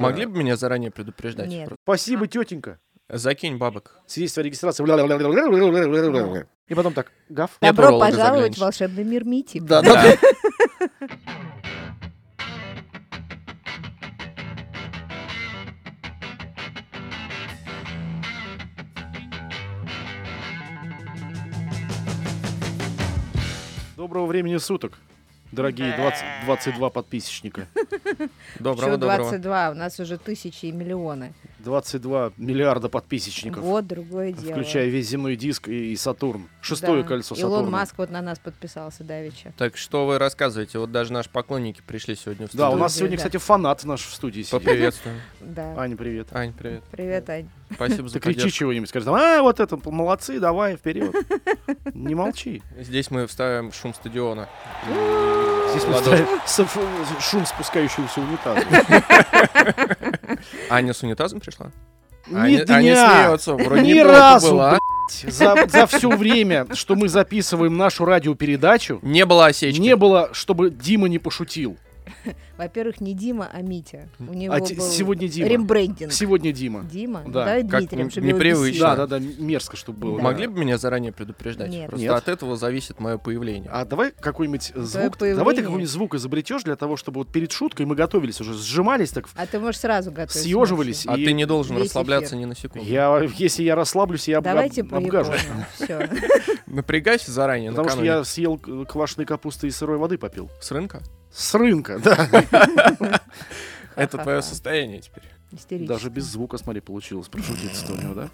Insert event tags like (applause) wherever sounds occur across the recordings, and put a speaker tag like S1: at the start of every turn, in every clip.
S1: Могли бы меня заранее предупреждать?
S2: Нет.
S3: Спасибо, тетенька.
S1: Закинь бабок.
S3: Средства регистрации. И потом так, гав.
S1: Нет
S2: Добро
S1: уролога
S2: пожаловать
S1: заглянешь.
S2: в волшебный мир Мити.
S1: Да.
S2: (laughs)
S3: Доброго времени суток, дорогие 20
S2: (laughs)
S3: 22 подписчика.
S1: Доброго,
S2: Всего
S1: доброго.
S2: 22, у нас уже тысячи и миллионы.
S3: 22 миллиарда подписчиков.
S2: Вот другое дело.
S3: Включая весь земной диск и, и Сатурн. Шестое
S2: Да.
S3: кольцо Сатурна.
S2: Илон Маск вот на нас подписался давеча.
S1: Так что вы рассказываете? Вот даже наши поклонники пришли сегодня в
S3: Да, у
S1: студию.
S3: нас
S2: Студия,
S3: сегодня,
S2: да.
S3: кстати, фанат наш в студии
S1: (laughs)
S3: сидит.
S1: Поприветствуем.
S2: Да.
S3: (laughs) Аня, привет.
S1: Ань, привет.
S2: Привет, Ань.
S1: Спасибо
S3: Ты
S1: за
S3: кричи
S1: поддержку.
S3: чего-нибудь, скажи, там, а, вот это, молодцы,
S2: (laughs)
S3: давай, вперед. Не молчи.
S1: Здесь мы вставим шум стадиона.
S3: Здесь мы (laughs)
S1: Ладошки.
S3: ставим соф- шум спускающегося унитаза.
S1: Аня с унитазом пришла?
S3: Ни
S1: Аня, Аня
S3: дня,
S1: смеется. Вроде
S3: Ни
S1: неплохо
S3: разу,
S1: было, а?
S3: За, все время, что мы записываем нашу радиопередачу,
S1: Не было осечки.
S3: не было, чтобы Дима не пошутил.
S2: Во-первых, не Дима, а Митя. У него
S3: А те-
S2: был
S3: сегодня Дима.
S2: рембрендинг.
S3: Сегодня Дима.
S2: Дима?
S3: Да,
S2: Давай
S1: как
S2: Дмитрием,
S1: н-
S2: чтобы его
S1: непривычно.
S2: бесило.
S3: Да, да, да, мерзко, чтобы было.
S1: Могли бы меня заранее предупреждать?
S2: Нет.
S1: Просто
S3: Нет.
S1: от этого зависит мое появление.
S3: А давай какой-нибудь э, звук. Давай ты
S2: появление.
S3: какой-нибудь звук изобретешь для того, чтобы вот перед шуткой мы готовились уже, сжимались так,
S2: А ты можешь сразу готовить.
S3: съеживались.
S1: А
S3: и-
S1: ты не должен
S2: весь
S1: расслабляться
S2: эфир.
S1: ни на секунду.
S3: Я, если я расслаблюсь, я об-
S2: Давайте
S3: об-
S2: про
S3: обгажусь.
S2: Японию. Все.
S1: Напрягайся заранее,
S3: Потому что
S1: накануне.
S3: я съел э, квашеной капусты и сырой воды попил.
S1: С рынка?
S3: С рынка, да.
S1: Это твое
S2: Ха-ха-ха.
S1: состояние теперь.
S2: Истерично.
S3: Даже без звука, смотри, получилось прошутиться у него, да?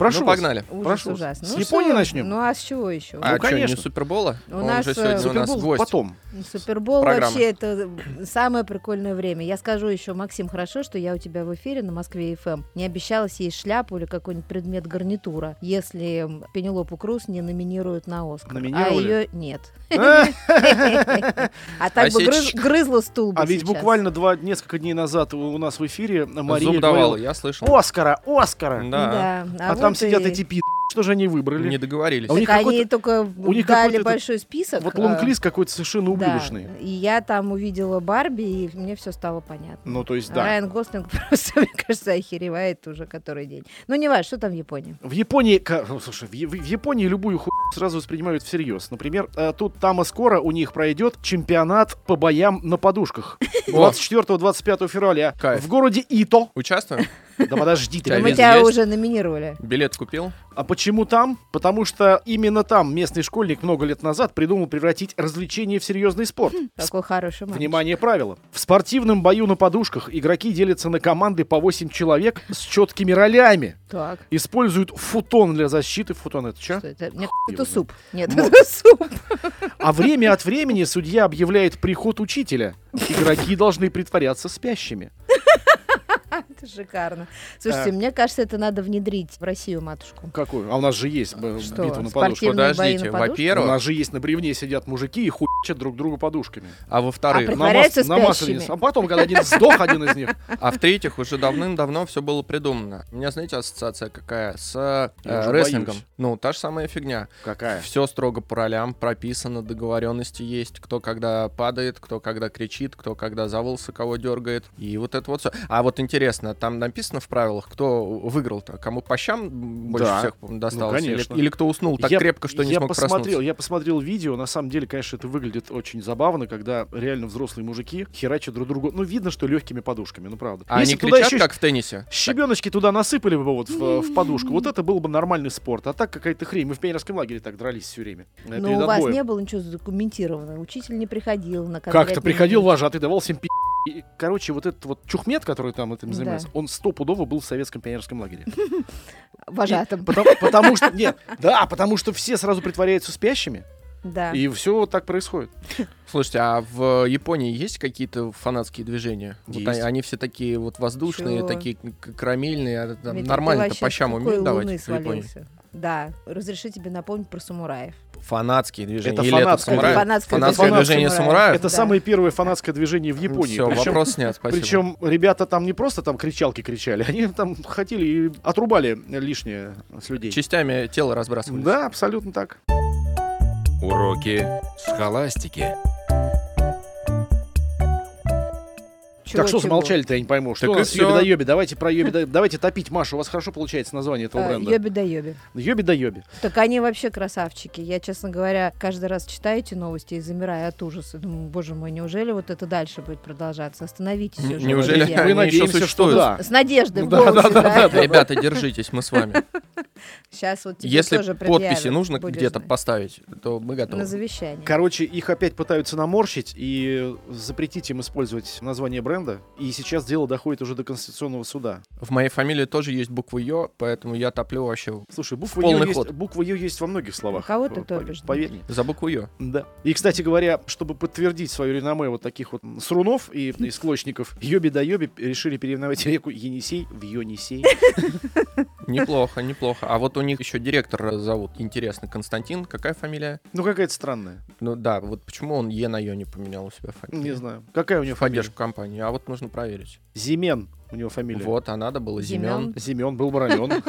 S3: Прошу
S1: ну,
S3: вас.
S1: погнали.
S2: Ужас
S3: прошу вас.
S2: ужасно.
S3: С
S2: Ну
S3: Японии
S2: что?
S3: начнем?
S2: Ну а с чего еще?
S1: а что, не
S3: конечно.
S1: Супербола?
S2: У
S1: Он
S2: нас,
S1: же
S2: э,
S1: сегодня у нас
S3: Супербол
S1: гость.
S3: потом.
S2: (laughs) Супербол
S1: Программа.
S2: вообще это самое прикольное время. Я скажу еще, Максим, хорошо, что я у тебя в эфире на Москве ФМ. Не обещала съесть шляпу или какой-нибудь предмет гарнитура, если Пенелопу Круз не номинируют на Оскар. А
S3: Номинировали?
S2: ее нет.
S3: А,
S2: А так бы грыз-
S1: Осечечка.
S2: грызла стул бы
S3: А ведь
S2: сейчас.
S3: буквально два, несколько дней назад у у нас в эфире Мария
S1: Зуб давала,
S3: говорила,
S1: я слышал.
S3: Оскара, Оскара!
S1: Да.
S2: Да.
S3: А там
S2: вот
S3: сидят
S2: и-
S3: эти пи***, что же они
S1: Не
S3: выбрали?
S1: договорились.
S3: А у них
S2: Так они
S3: какой-то-
S2: только
S3: у них какой-то
S2: дали
S3: этот-
S2: большой список.
S3: Вот
S2: а,
S3: лонг-лист какой-то совершенно
S2: да.
S3: ублюдочный.
S2: И я там увидела Барби, и мне все стало понятно.
S3: Ну, то есть,
S2: А
S3: да.
S2: Райан Гослинг (laughs) просто, мне кажется, охеревает уже который день. Ну, не важно, что там в Японии.
S3: В Японии, ка- ну, слушай, в, Я- в Японии любую хуйню сразу воспринимают всерьез. Например, э, тут там и скоро у них пройдет чемпионат по боям на
S1: (laughs)
S3: подушках. 24-25 февраля
S1: Кайф.
S3: в городе Ито.
S1: Участвуем?
S3: Да подожди
S1: Да
S2: Ну,
S3: ты.
S2: мы
S1: виза
S2: тебя
S1: есть?
S2: уже номинировали.
S1: Билет купил?
S3: А почему там? Потому что именно там местный школьник много лет назад придумал превратить развлечение в серьезный спорт.
S2: Какой хороший мальчик.
S3: Внимание, правило. В спортивном бою на подушках игроки делятся на команды по 8 человек с четкими ролями.
S2: Так.
S3: Используют футон для защиты. Футон это чё?
S2: Что это? Нет,
S3: его
S2: это
S3: знает.
S2: суп. Нет,
S3: Мод.
S2: это суп. (laughs)
S3: А время от времени судья объявляет приход учителя. Игроки должны притворяться спящими.
S2: Это шикарно. Слушайте, мне кажется, это надо внедрить в Россию, матушку.
S3: Какой? А у нас же есть б-
S2: Что,
S3: битва на подушках.
S2: спортивные бои
S1: Подождите,
S2: на подушках?
S3: У
S1: во-первых,
S3: нас же есть на бревне сидят мужики и хуячат друг друга подушками.
S1: а во-вторых,
S2: А
S3: Намаз-
S2: Притворяются
S3: намаз
S2: спящими.
S3: вниз. А потом, когда один сдох, один из них.
S1: а в-третьих, уже давным-давно все было придумано. У меня, знаете, ассоциация какая? С э,
S3: Я уже
S1: рестлингом.
S3: боюсь.
S1: Ну, та же самая фигня.
S3: Какая?
S1: Все строго по ролям, прописано, договоренности есть, кто когда падает, кто когда кричит, кто когда за волосы кого дергает. И вот это вот все. А вот интересно, там написано в правилах, кто выиграл-то, кому по щам больше
S3: Да. Ну,
S1: всех по-моему, досталось? или,
S3: конечно.
S1: или кто уснул так крепко, что не
S3: я
S1: смог
S3: посмотрел,
S1: проснуться?
S3: Я посмотрел видео, на самом деле, конечно, это выглядит очень забавно, когда реально взрослые мужики херачат друг друга, ну, видно, что легкими подушками, ну, правда.
S1: А
S3: Если
S1: они
S3: туда
S1: кричат,
S3: еще
S1: как в теннисе?
S3: Щебеночки туда насыпали бы вот в, в подушку.
S2: М-м-м.
S3: Вот это был бы нормальный спорт. А так какая-то хрень. Мы в пионерском лагере так дрались все время. э, перед
S2: Но Ну, у вас
S3: отбоем.
S2: не было ничего задокументировано. Учитель не приходил на
S3: Как-то
S2: конкретный
S3: приходил
S2: день.
S3: вожатый, давал всем пи***. И, Короче, вот этот вот чухмет, который там этим
S2: Да.
S3: занимается, он стопудово был в советском пионерском лагере.
S2: вожатым.
S3: Потому, потому что, нет, да, потому что все сразу притворяются спящими,
S2: Да.
S3: и все вот так происходит.
S1: Слушайте, а в Японии есть какие-то фанатские движения? Вот
S3: Есть.
S1: они, они все такие вот воздушные,
S2: Чего?
S1: такие к- карамельные, а там
S2: Дмитрий, ты
S1: нормально-то
S2: вообще
S1: по щам
S2: с какой
S1: умеют давать
S2: луны
S1: в Японии?
S2: свалился? Да, разреши тебе напомнить про самураев.
S1: Фанатские движения.
S3: Это
S1: Или
S3: фанатское
S1: это самураи?
S3: движение.
S2: Фанатское
S1: Фанатское
S3: движение
S1: движение
S2: самураев.
S1: самураев?
S3: Это
S2: Да.
S3: самое первое фанатское движение в Японии.
S1: Все,
S3: Причем-
S1: вопрос снят, спасибо.
S3: Причем ребята там не просто там кричалки кричали, они там хотели и отрубали лишнее с людей.
S1: частями тела разбрасывались.
S3: Да, абсолютно так.
S4: Уроки схоластики.
S2: Чего,
S3: так что
S2: чего?
S3: замолчали-то, я не пойму. Что
S1: Так
S3: у
S1: и
S3: нас
S1: всё.
S3: йоби да йоби? Давайте про йоби да- Давайте топить Машу. У вас хорошо получается название этого
S2: А,
S3: бренда.
S2: Йоби да йоби.
S3: Йоби да йоби.
S2: Так они вообще красавчики. Я, честно говоря, каждый раз читаю эти новости и замираю от ужаса. Думаю, боже мой, неужели вот это дальше будет продолжаться? Остановитесь
S1: Н-
S2: уже.
S1: неужели (laughs)
S2: друзья.
S1: Они
S3: Мы
S1: ещё
S3: надеемся, что
S1: существуют.
S3: да.
S2: С надеждой
S3: Ну
S2: в
S3: да,
S2: голосе,
S3: да, да,
S2: да?
S1: Ребята, держитесь, мы с вами.
S2: Сейчас вот тебе
S1: Если
S2: тоже
S1: подписи
S2: предъявят,
S1: нужно
S2: будешь
S1: где-то
S2: знать.
S1: поставить, то мы готовы.
S2: на завещание.
S3: Короче, их опять пытаются наморщить и запретить им использовать название бренда. И сейчас дело доходит уже до Конституционного суда.
S1: В моей фамилии тоже есть буква Ё, поэтому я топлю вообще
S3: Слушай, буква
S1: полный
S3: «Ю» есть,
S1: ход.
S3: буква «Ю» есть во многих словах.
S2: А кого ты
S3: Э, пов-
S2: топишь,
S3: Поверь
S2: Дмитрий?
S1: за букву Ё.
S3: Да. И, кстати говоря, чтобы подтвердить свое реноме вот таких вот срунов и, и склочников, Йоби да Йоби решили переименовать реку Енисей в Йонисей.
S1: Неплохо, неплохо. А вот у них еще директор зовут. Интересно, Константин, какая фамилия?
S3: Ну, какая-то странная.
S1: Ну да, вот почему он Е на Ё не поменял у себя фамилию?
S3: Не знаю. Какая у него
S1: В
S3: фамилия?
S1: поддержку компании. А вот нужно проверить.
S3: Зимен у него фамилия.
S1: Вот, а надо было Зимен.
S2: Зимён.
S3: Зимен был
S1: (laughs)
S3: бы ранен.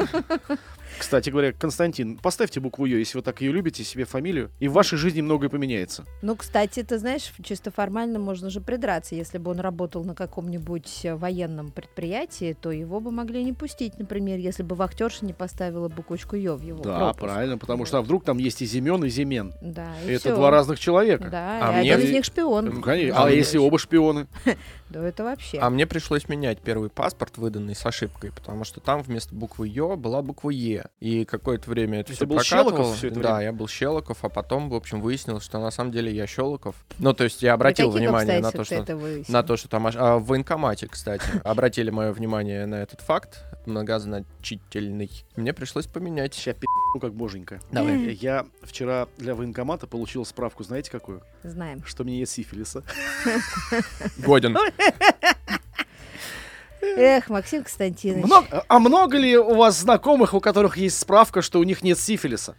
S3: Кстати говоря, Константин, поставьте букву Ё, если вы так ее любите, себе фамилию, и в вашей жизни многое поменяется.
S2: Ну, кстати, ты знаешь, чисто формально можно же придраться. Если бы он работал на каком-нибудь э, военном предприятии, то его бы могли не пустить, например, если бы вахтерша не поставила бы кучку Ё в
S1: Ну,
S2: его
S3: Да,
S2: пропуск.
S3: правильно, потому что а вдруг там есть и Зимен, и Зимен.
S2: Да, и
S3: Это
S2: Ну, всё.
S3: два разных человека.
S2: Да,
S1: А
S2: и
S1: мне-
S2: один из них шпион.
S3: Ну, конечно.
S1: А
S3: А
S1: мне-
S3: если оба шпионы?
S2: Да это вообще.
S1: А мне пришлось менять первый паспорт, выданный с ошибкой, потому что там вместо буквы Ё была буква Е. И какое-то время это
S3: есть
S1: все
S3: ты был
S1: прокатывало.
S3: Щелоков всё это
S1: Да,
S3: время?
S1: я был Щелоков, а потом, в общем, выяснилось, что на самом деле я Щелоков. Ну, то есть я обратил
S2: При каких
S1: внимание на то,
S2: обстоятельствах
S1: что...
S2: ты это выяснил?
S1: На то, что там... аж- А в военкомате, кстати, (laughs) обратили мое внимание на этот факт, многозначительный. Мне пришлось поменять.
S3: Ща пи***, ну как боженька.
S2: (laughs)
S1: Давай.
S3: Э, Я вчера для военкомата получил справку, знаете какую?
S2: Знаем.
S3: Что мне нет сифилиса.
S2: Ну,
S1: Годен.
S2: Эх, Максим Константинович.
S3: Много- а много ли у вас знакомых, у которых есть справка, что у них нет сифилиса?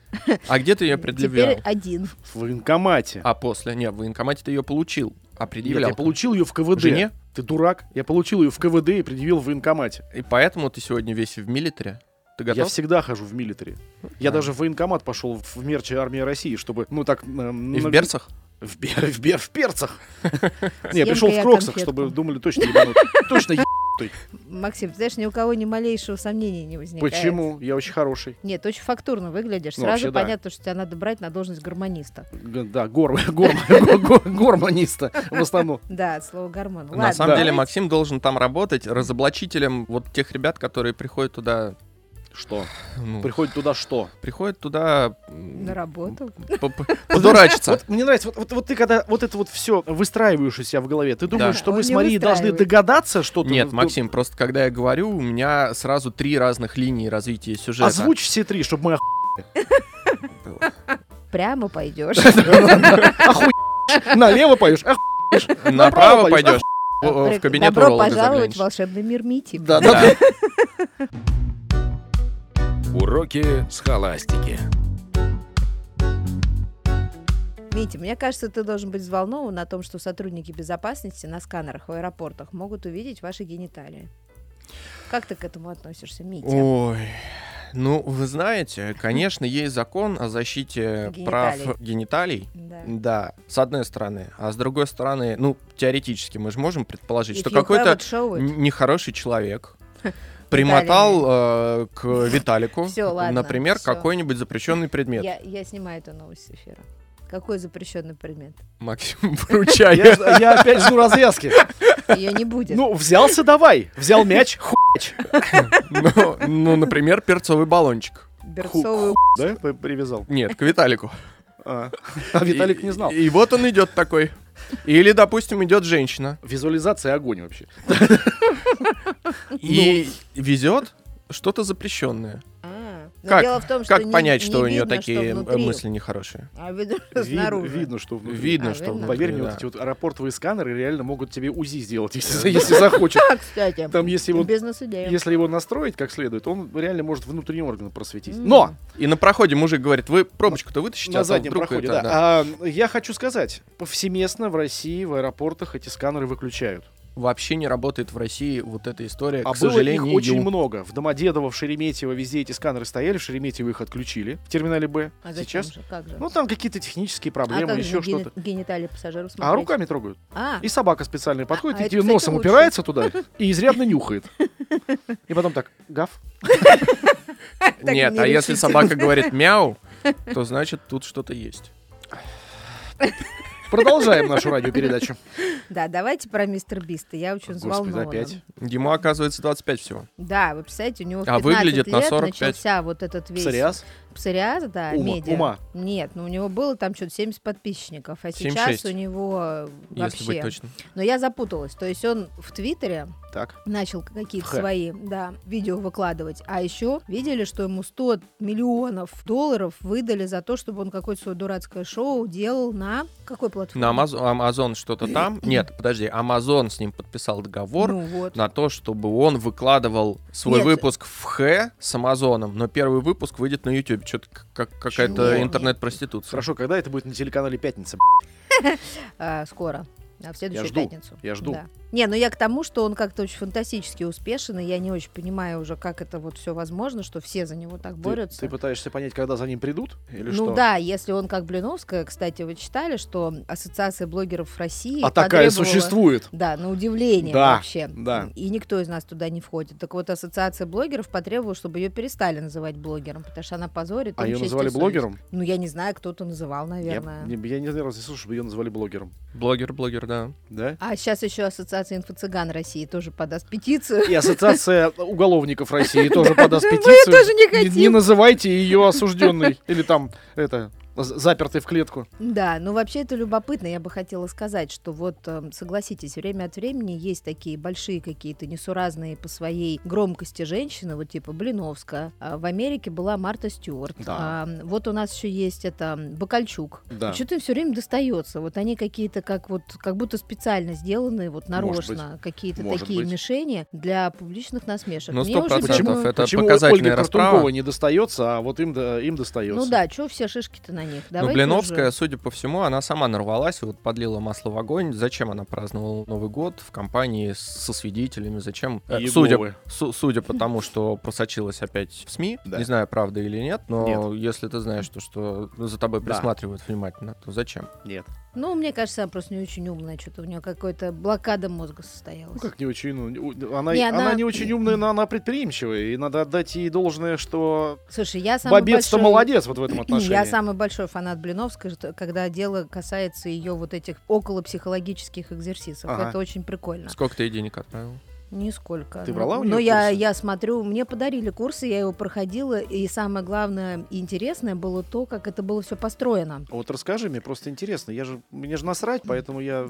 S1: А где ты ее предъявлял?
S2: Теперь один.
S3: В военкомате.
S1: А после? Нет, в военкомате ты ее получил. А
S3: Нет,
S1: предъявлял?
S3: я получил ее в КВД.
S1: Жене?
S3: Ты дурак? Я получил ее в КВД и предъявил в военкомате.
S1: И поэтому ты сегодня весь в милитаре? Ты
S3: Я
S1: готов? А.
S3: всегда хожу в милитари. Я даже в военкомат пошел в мерче армии России, чтобы, ну так... эм,
S1: И в
S3: на-
S1: берцах?
S3: В, бер- (laughs) в бер- в перцах. Не,
S2: Съем-ка
S3: я пришел в
S2: я
S3: кроксах,
S2: конфетку.
S3: чтобы думали, точно ебанут. Точно ебанутый.
S2: Максим, ты знаешь, ни у кого ни малейшего сомнения не возникает.
S3: Почему? Я очень хороший.
S2: Нет, очень фактурно выглядишь.
S3: Ну,
S2: Сразу
S3: вообще, да.
S2: понятно, что тебя надо брать на должность гармониста.
S3: Г- Да, (laughs) гор- гор- гор- гормониста в основном.
S2: Да, от слова гормон.
S1: На
S2: Ладно,
S1: самом деле
S2: давайте.
S1: Максим должен там работать разоблачителем вот тех ребят, которые приходят туда,
S3: Что?
S1: ну,
S3: Приходит туда что?
S1: приходят туда
S2: На работу.
S1: м, по- по-
S2: (laughs)
S1: подурачиться.
S3: Вот мне нравится, вот, вот, вот ты когда вот это вот все выстраиваешь у себя в голове, ты думаешь,
S1: Да.
S3: что
S2: Он
S3: мы с
S2: не
S3: Марией должны
S2: выстраивает.
S3: догадаться, что ты...
S1: Нет,
S3: ты-
S1: Максим, просто когда я говорю, у меня сразу три разных линии развития
S2: А
S1: сюжета.
S3: Озвучь все три, чтобы мы (laughs)
S2: Прямо пойдешь.
S3: Охуешь. Налево поешь. оху-
S1: Направо
S3: Направо
S1: пойдешь.
S3: пойдешь,
S1: (laughs) В в кабинет
S2: Добро
S1: уролога
S2: пожаловать
S1: заглянешь.
S2: в волшебный мир Мити.
S3: Да, да,
S1: Да.
S2: (laughs)
S4: Уроки с холастики.
S2: Мити, мне кажется, ты должен быть взволнован о том, что сотрудники безопасности на сканерах в аэропортах могут увидеть ваши гениталии. Как ты к этому относишься, Митя?
S1: Ой, ну вы знаете, конечно, есть закон о защите прав гениталий.
S2: Да.
S1: Да, с одной стороны. А с другой стороны, ну, теоретически мы же можем предположить,
S2: If
S1: что
S2: you have
S1: какой-то
S2: it, show it.
S1: Н- Нехороший человек
S2: (laughs)
S1: примотал э, к Виталику,
S2: Всё, ладно,
S1: например,
S2: всё.
S1: какой-нибудь запрещенный предмет.
S2: Я, я снимаю эту новость с эфира. Какой запрещенный
S3: (laughs)
S2: предмет? (laughs)
S1: Максим, выручай.
S3: Я, ж- я опять жду развязки.
S2: Ее не будет.
S3: Ну, взялся давай. Взял мяч, хуяч.
S1: (laughs) Ну, ну, например, перцовый баллончик.
S2: Берцовую
S3: Да, п- привязал.
S1: Нет, к Виталику.
S3: А А Виталик
S1: И-
S3: не знал.
S1: И, вот он идет такой. Или, допустим, идет женщина
S3: Визуализация огонь вообще.
S2: Ну,
S1: и везет что-то запрещенное.
S2: А, но
S1: Как-
S2: дело в том, что
S1: Как
S2: не-
S1: понять,
S2: не
S1: что у нее
S2: видно,
S1: такие
S2: что
S1: э,
S2: внутри,
S1: мысли нехорошие?
S2: А видно, что
S3: Вид-
S2: снаружи.
S3: Видно, что внутри.
S1: Видно,
S2: А,
S1: что
S2: видно?
S1: внутри,
S3: Поверь мне,
S1: да.
S3: вот эти вот аэропортовые сканеры реально могут тебе УЗИ сделать, если, если захочет.
S2: А, кстати,
S3: Там, если его,
S2: бизнес-идея.
S3: если его настроить как следует, он реально может внутренний орган просветить.
S2: М.
S3: Но!
S1: И на проходе мужик говорит, вы пробочку-то вытащите,
S3: На
S1: а то
S3: заднем
S1: вдруг
S3: проходе,
S1: это...
S3: да. А, я хочу сказать, повсеместно в России в аэропортах эти сканеры выключают.
S1: Вообще не работает в России вот эта история,
S3: А
S1: к
S3: было их
S1: сожалению.
S3: очень много. В Домодедово, в Шереметьево, везде эти сканеры стояли. В Шереметьево их отключили в терминале Б.
S2: А зачем
S3: Сейчас.
S2: же? Как же?
S3: Ну, там какие-то
S2: а
S3: технические проблемы,
S2: как
S3: еще
S2: же гени-
S3: что-то.
S2: гениталии пассажиров смотреть?
S3: А руками трогают.
S2: А,
S3: И собака специально подходит,
S2: а
S3: и
S2: это,
S3: тебе
S2: кстати,
S3: носом
S2: лучше.
S3: упирается туда и изрядно нюхает. И потом так, гав.
S2: так
S1: Нет, а если
S2: нерешительно.
S1: собака
S2: (laughs)
S1: говорит мяу, то значит тут что-то есть.
S3: Продолжаем нашу радиопередачу.
S2: Да, давайте про мистер Биста. Я очень
S3: Господи,
S2: взволнована.
S3: опять.
S1: Ему оказывается 25 всего.
S2: Да, вы представляете, у него в
S1: А
S2: 15
S1: выглядит
S2: лет
S1: на 45.
S2: начался вот этот весь...
S3: Псориаз.
S2: Псориаз, да,
S3: Ума-
S2: медиа.
S3: ума.
S2: Нет, ну у него было там что-то 70 подписчиков, а
S1: 76.
S2: сейчас у него э,
S1: Если
S2: вообще...
S1: быть точным.
S2: Но я запуталась. То есть он в Твиттере
S3: Так.
S2: начал какие-то
S3: В Х.
S2: свои да, видео выкладывать. А еще видели, что ему 100 миллионов долларов выдали за то, чтобы он какое-то свое дурацкое шоу делал на какой платформе?
S1: На Амазон, Амазон что-то
S2: (clears throat)
S1: там. Нет, подожди, Амазон с ним подписал договор
S2: Ну вот.
S1: на то, чтобы он выкладывал свой
S2: Нет.
S1: выпуск в Х с Амазоном, но первый выпуск выйдет на YouTube. Что-то как,
S2: Нет,
S1: какая-то
S2: нет.
S1: интернет-проституция.
S3: Хорошо, когда это будет на телеканале «Пятница»? б***ь?
S2: А, скоро. А в следующую
S3: жду,
S2: пятницу.
S3: я жду.
S2: Да. Не, ну я к тому, что он как-то очень фантастически успешен, и я не очень понимаю уже, как это вот все возможно, что все за него так
S3: Ты-
S2: борются.
S3: Ты, пытаешься понять, когда за ним придут? Или
S2: ну
S3: что?
S2: да, если он как Блиновская, кстати, вы читали, что Ассоциация блогеров России
S3: А такая
S2: потребовала-
S3: существует.
S2: Да, на удивление
S3: Да,
S2: вообще.
S3: да.
S2: И никто из нас туда не входит. Так вот, ассоциация блогеров потребовала, чтобы ее перестали называть блогером, потому что она позорит.
S3: А
S2: им
S3: ее
S2: честь и
S3: называли
S2: совесть.
S3: блогером?
S2: Ну, я не знаю, кто-то называл,
S3: Я,
S2: наверное.
S3: не- я ни разу не слышал, чтобы ее называли блогером.
S1: Блогер, блогер, да.
S3: Да?
S2: А сейчас еще ассоциация инфо-цыган России тоже подаст петицию.
S3: И ассоциация уголовников России тоже подаст
S2: (laughs) мы
S3: петицию.
S2: тоже не хотим.
S3: называйте ее осужденной. Или там, это, з- запертой в клетку.
S2: Да, ну вообще это любопытно. Я бы хотела сказать, что вот, эм, согласитесь, время от времени есть такие большие какие-то несуразные по своей громкости женщины, вот типа Блиновска. А В Америке была Марта Стюарт.
S3: Да.
S2: А, Вот у нас еще есть это м, Бакальчук.
S3: Да.
S2: Что-то им все время достается. Вот они какие-то как вот как будто специально сделаны, вот
S3: Может
S2: нарочно, какие-то
S3: Может
S2: такие
S3: быть.
S2: мишени для публичных насмешек.
S1: Ну,
S2: Мне
S1: сто
S2: уже
S1: процентов.
S2: давно-
S1: Это
S3: Почему
S1: показательная
S3: Ольге
S1: расправа.
S3: Картунговой не достается, а вот им, да- им достается?
S2: Ну да, что все шишки-то на них?
S1: Ну,
S2: Давайте
S1: Блиновская,
S2: уже.
S1: судя по всему, она сама нарвалась, вот подлила масло в огонь. Зачем она праздновала Новый год в компании с- со свидетелями? Зачем? Э,
S3: И
S1: судя,
S3: Иеговы.
S1: су- судя по тому, что просочилось опять в СМИ,
S3: Да.
S1: не знаю, правда или нет, но если ты знаешь, то, что за тобой
S3: Да.
S1: присматривают внимательно, то зачем?
S3: Нет.
S2: Ну, мне кажется, она просто не очень умная. Что-то у нее какая-то блокада мозга состоялась.
S3: Ну как не очень умная? Она,
S2: Не,
S3: она...
S2: она-
S3: не очень умная, но она предприимчивая. И надо отдать ей должное, что
S2: Слушай, я самый
S3: бобец-то
S2: большой...
S3: молодец вот в этом отношении.
S2: (clears throat) Я самый большой фанат Блиновской, что- когда дело касается ее вот этих околопсихологических экзерсисов.
S3: Ага.
S2: Это очень прикольно.
S1: Сколько ты ей денег отправил?
S2: Нисколько.
S3: Ты
S2: Ну,
S3: брала у
S2: Но
S3: неё
S2: я,
S3: курсы?
S2: я смотрю, мне подарили курсы, я его проходила, и самое главное и интересное было то, как это было все построено.
S3: Вот расскажи мне, просто интересно. Я же, мне же насрать, поэтому я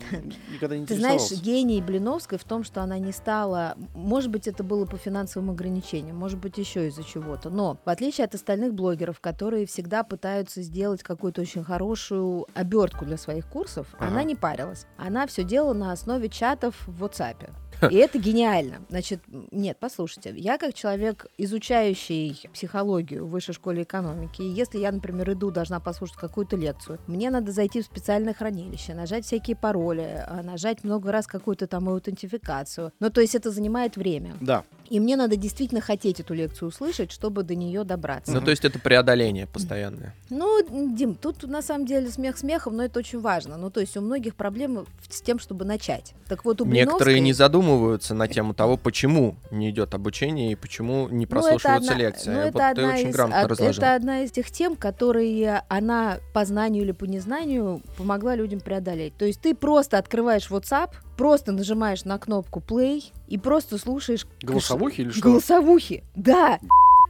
S3: никогда не
S2: Ты знаешь,
S3: интересовался.
S2: гений Блиновской в том, что она не стала... Может быть, это было по финансовым ограничениям, может быть, еще из-за чего-то. Но, в отличие от остальных блогеров, которые всегда пытаются сделать какую-то очень хорошую обертку для своих курсов,
S3: Ага.
S2: она не парилась. Она все делала на основе чатов в WhatsApp. (laughs) И это гениально. Значит, нет, послушайте, я как человек, изучающий психологию в высшей школе экономики, и если я, например, иду, должна послушать какую-то лекцию, мне надо зайти в специальное хранилище, нажать всякие пароли, а, нажать много раз какую-то там аутентификацию. Ну, то есть это занимает время.
S3: Да.
S2: И мне надо действительно хотеть эту лекцию услышать, чтобы до нее добраться.
S1: Ну, то есть это преодоление постоянное.
S2: Ну, Дим, тут на самом деле смех смехом, но это очень важно. Ну, то есть у многих проблемы в- с тем, чтобы начать. Так вот, у
S1: Некоторые
S2: Блиновской-
S1: не задумываются на тему того, почему не идет обучение и почему не
S2: Ну, это
S1: прослушиваются
S2: одна-
S1: лекции.
S2: ну,
S1: Вот
S2: это
S1: ты
S2: одна
S1: очень
S2: из-
S1: грамотно
S2: од-
S1: разложил.
S2: Это одна из тех тем, которые она по знанию или по незнанию помогла людям преодолеть. То есть ты просто открываешь WhatsApp, просто нажимаешь на кнопку play и просто слушаешь
S3: Голосовухи или
S2: кш-
S3: что?
S2: голосовухи. Да.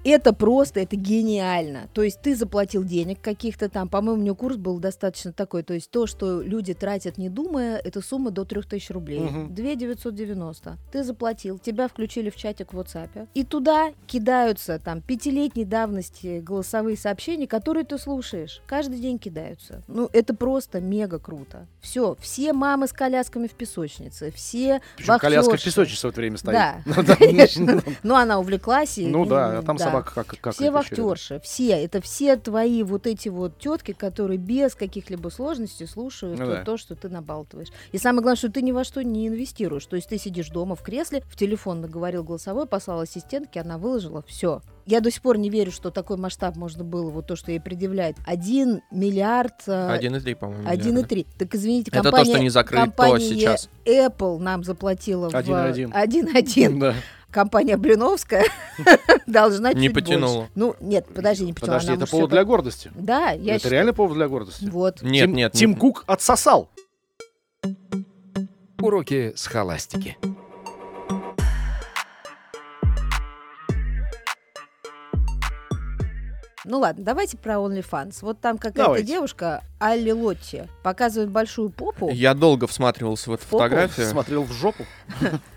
S2: Это просто, это гениально. То есть ты заплатил денег каких-то там, по-моему, у нее курс был достаточно такой. То есть то, что люди тратят не думая, это сумма до 3000 рублей.
S3: Мгм.
S2: 2990. Ты заплатил, тебя включили в чатик в WhatsApp. И туда кидаются там пятилетней давности голосовые сообщения, которые ты слушаешь. Каждый день кидаются. Ну, это просто мега круто. Все, все мамы с колясками в песочнице, все
S3: Причем коляска в
S2: вахтерши.
S3: (laughs) песочнице в это время стоит.
S2: (laughs) Да, конечно. Но Ну, она увлеклась и
S3: Ну да,
S2: м,
S3: а там собака как, как
S2: все
S3: их ещё рядом?
S2: вахтерши, все. Это все твои вот эти вот тетки, которые без каких-либо сложностей слушают
S3: Ну
S2: вот
S3: да.
S2: то, что ты набалтываешь. И самое главное, что ты ни во что не инвестируешь. То есть ты сидишь дома в кресле, в телефон наговорил голосовой, послал ассистентке, она выложила, все. Я до сих пор не верю, что такой масштаб можно было, вот то, что ей предъявляют. Один миллиард... э,
S1: 1,3, по-моему.
S2: 1,3. Так извините,
S1: Это то,
S2: компания,
S1: что не закрыто
S2: компания
S1: сейчас.
S2: Apple нам заплатила в, э,
S3: 1,1.
S2: 1,1
S3: (laughs) Да.
S2: компания Блиновская (laughs) должна
S1: Не
S2: чуть
S1: потянула.
S2: больше. Ну, нет, подожди, не потянула.
S3: Подожди,
S2: она
S3: это
S2: может
S3: повод
S2: всё
S3: для
S2: по-
S3: гордости.
S2: Да, я
S3: Это
S2: считаю-
S3: реально повод для гордости.
S2: Вот.
S1: Нет,
S3: Тим-
S1: нет.
S3: Тим
S1: нет.
S3: Кук отсосал.
S4: Уроки с холастики.
S2: Ну ладно, давайте про OnlyFans. Вот там какая-то
S3: Давайте.
S2: девушка, Алли Лотти, показывает большую попу.
S1: Я долго всматривался в эту
S3: Попу
S1: фотографию.
S3: Смотрел в жопу.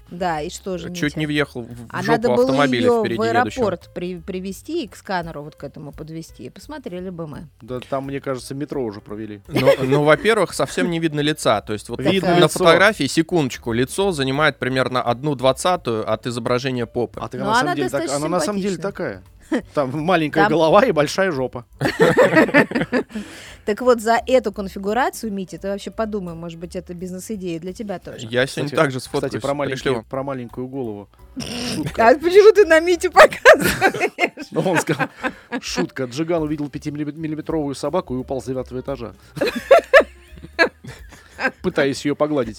S2: Да, и что же?
S1: Чуть не въехал в
S2: А надо
S1: жопу
S2: было
S1: автомобиля
S2: ее
S1: впереди
S2: в
S1: едущего.
S2: аэропорт при- привезти и к сканеру вот к этому подвести. Посмотрели бы мы.
S3: Да там, мне кажется, метро уже провели.
S1: Ну, ну, во-первых, совсем не видно лица. То есть вот
S3: Видно
S1: на
S3: лицо.
S1: фотографии, секундочку, лицо занимает примерно одну двадцатую от изображения попы.
S3: А ты
S2: Но
S3: на
S2: Ну, она
S3: самом деле так-
S2: достаточно
S3: она на самом деле такая. Там маленькая
S2: Там-
S3: голова и большая жопа.
S2: Так вот, за эту конфигурацию, Митя, ты вообще подумай, может быть, это бизнес-идея для тебя тоже.
S1: Я сегодня
S3: Кстати,
S1: также сфоткаюсь.
S3: Кстати, про
S1: Пришлю
S3: маленькую,
S1: вам.
S3: про маленькую голову.
S2: А
S3: (laughs) Шутка.
S2: почему ты на Мите показываешь?
S3: Ну, он сказал, шутка. Джиган увидел 5-миллиметровую собаку и упал с девятого этажа. (laughs) Пытаясь ее погладить.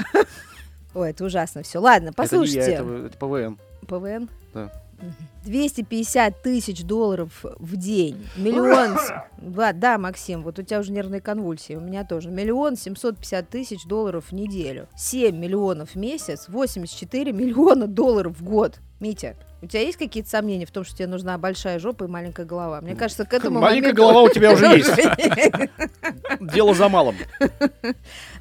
S2: Ой, это ужасно все. Ладно, послушайте.
S3: Это не я, это, это ПВН.
S2: ПВН?
S3: Да.
S2: Мгм. 250 тысяч долларов в день. Миллион... с-
S3: (laughs)
S2: Да, да, Максим, вот у тебя уже нервные конвульсии, у меня тоже. Миллион семьсот пятьдесят тысяч долларов в неделю. 7 миллионов в месяц, 84 миллиона долларов в год. Митя, у тебя есть какие-то сомнения в том, что тебе нужна большая жопа и маленькая голова? Мне кажется, к этому
S3: Маленькая
S2: моменту-
S3: голова у
S2: (laughs)
S3: тебя уже есть. Дело за малым.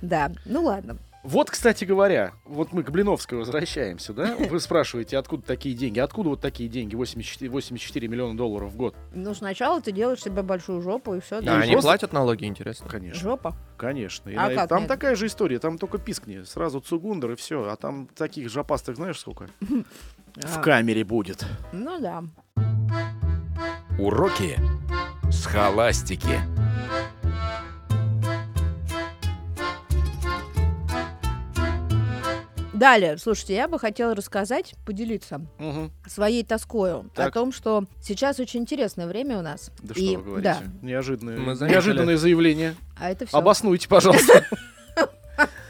S2: Да, ну ладно.
S3: Вот, кстати говоря, вот мы к Блиновской возвращаемся, да? Вы спрашиваете, откуда такие деньги? Откуда вот такие деньги? 84, 84 миллиона долларов в год.
S2: Ну, сначала ты делаешь себе большую жопу, и все.
S1: А они
S3: просто-
S1: платят налоги, интересно?
S3: Конечно,
S2: Жопа.
S3: конечно. И
S2: А
S3: на-
S2: как
S3: там
S2: нет?
S3: такая же история, там только пискни. Сразу цугундер и все. А там таких жопастых знаешь сколько? В
S2: А,
S3: камере будет.
S2: Ну да.
S4: Уроки с холастики.
S2: Далее, слушайте, я бы хотела рассказать, поделиться
S3: Мгм.
S2: своей тоскою о
S3: Так.
S2: том, что сейчас очень интересное время у нас.
S3: Да
S2: И-
S3: что вы говорите.
S2: Да,
S3: Неожиданное,
S1: Мы заметили.
S3: неожиданное заявление.
S2: а это все. (laughs)
S3: Обоснуйте, пожалуйста.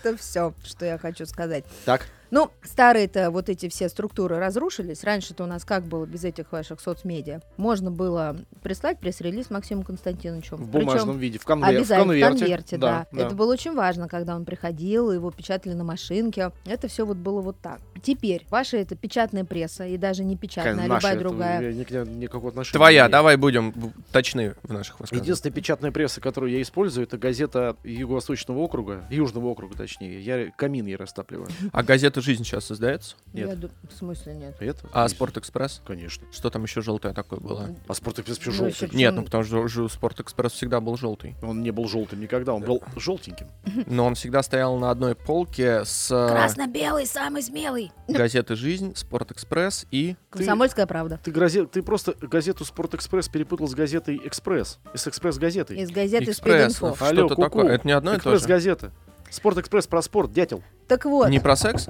S2: Это все, что я хочу сказать.
S3: Так.
S2: Ну, старые-то вот эти все структуры разрушились. Раньше-то у нас как было без этих ваших соцмедиа? Можно было прислать пресс-релиз Максиму Константиновичу.
S3: В
S2: Причём
S3: бумажном виде, в, конве- в
S2: Обязательно в
S3: конверте.
S2: конверте, да.
S3: да.
S2: Это было очень важно, когда он приходил, его печатали на машинке. Это все вот было вот так. Теперь ваша это печатная пресса, и даже не
S3: Какая
S2: печатная, а
S3: наша,
S2: любая
S3: это
S2: другая.
S3: я никогда- никакого отношения
S1: Твоя,
S3: не имею.
S1: давай будем в- точны в наших высказаниях.
S3: Единственная печатная пресса, которую я использую, это газета Юго-Восточного округа, Южного округа, точнее. Я камин
S1: (laughs)
S3: ей растапливаю.
S1: А газета «Жизнь» сейчас издается?
S3: Нет.
S2: Я ду- В смысле нет?
S3: Это?
S1: А «Спорт-экспресс»?
S3: Конечно.
S1: Что там еще желтое такое было?
S3: А спорт экспресс
S2: Ну,
S3: почему желтый?
S2: ещё-
S1: Нет, ну потому что ж- «Спорт-экспресс» всегда был желтый.
S3: Он не был желтым никогда, он был желтеньким.
S1: Но он всегда стоял на одной полке с э,
S2: А. Красно-белый, самый смелый.
S1: газеты «Жизнь», «Спорт-экспресс» и...
S2: Комсомольская правда.
S3: Ты, грозе- ты просто газету Спорт Экспресс перепутал с газетой Экспресс. И с Экспресс газетой.
S2: Из газеты
S1: «Экспресс».
S2: «Спидинфо».
S1: Что-то такое. Это не одно и то
S3: Экспресс
S1: же?
S3: газета. Спорт Экспресс про спорт, дятел.
S2: Так вот,
S1: Не про секс?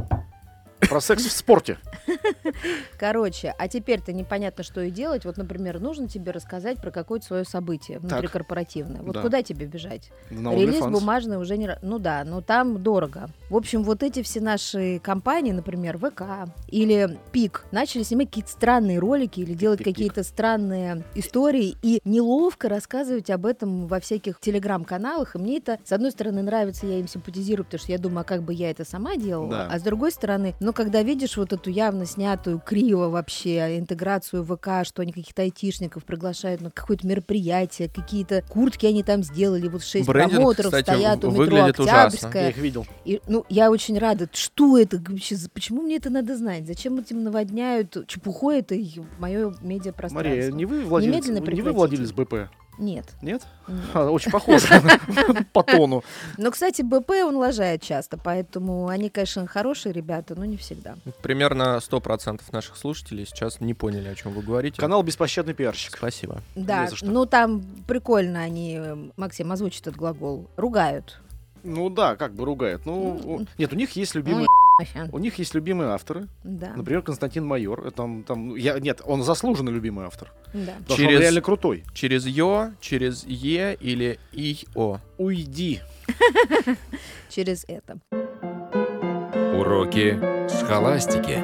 S3: Про секс
S2: (laughs)
S3: в спорте.
S2: короче, а теперь-то непонятно, что и делать. Вот, например, нужно тебе рассказать про какое-то свое событие внутрикорпоративное. Вот
S3: Да.
S2: куда тебе бежать?
S3: На
S2: Релиз
S3: OnlyFans.
S2: бумажный уже не... ра- Ну да, но там дорого. В общем, вот эти все наши компании, например, ВК или ПИК, начали снимать какие-то странные ролики или делать
S3: пик, пик.
S2: какие-то странные истории и неловко рассказывать об этом во всяких телеграм-каналах. И мне это, с одной стороны, нравится, я им симпатизирую, потому что я думаю, а как бы я это сама делала.
S3: Да.
S2: А с другой стороны, ну, когда видишь вот эту явно снятую криво вообще интеграцию ВК, что они каких-то айтишников приглашают на какое-то мероприятие, какие-то куртки они там сделали, вот шесть
S1: Брендинг,
S2: промоутеров
S1: кстати,
S2: стоят у метро
S1: выглядит ужасно.
S3: Я
S2: Октябрьская.
S3: их видел.
S2: И, ну, я очень рада. Что это вообще? за- Почему мне это надо знать? Зачем этим наводняют? Чепухой это мое медиапространство.
S3: Мария, не вы владелец,
S2: Немедленно
S3: не вы
S2: прекратите.
S3: владелец БП?
S2: Нет.
S3: Нет? (laughs)
S2: нет.
S3: Ха, Очень похоже (laughs) по тону.
S2: Но, кстати, БП он лажает часто, поэтому они, конечно, хорошие ребята, но не всегда.
S1: Примерно 100% наших слушателей сейчас не поняли, о чем вы говорите.
S3: Канал «Беспощадный пиарщик».
S1: Спасибо.
S2: Да,
S3: за что.
S2: ну там прикольно они, э, Максим, озвучит этот глагол. Ругают.
S3: Ну да, как бы ругает. Ну, нет, у них есть любимые... У них есть любимые авторы.
S2: Да,
S3: Например, Константин Майор. Э, Там, там, я, нет, он заслуженно любимый автор.
S2: да.
S3: Потому что
S1: Через-
S3: он реально крутой.
S1: Через Ё, через Е или И-О.
S3: Уйди.
S2: Через это.
S4: Уроки схоластики.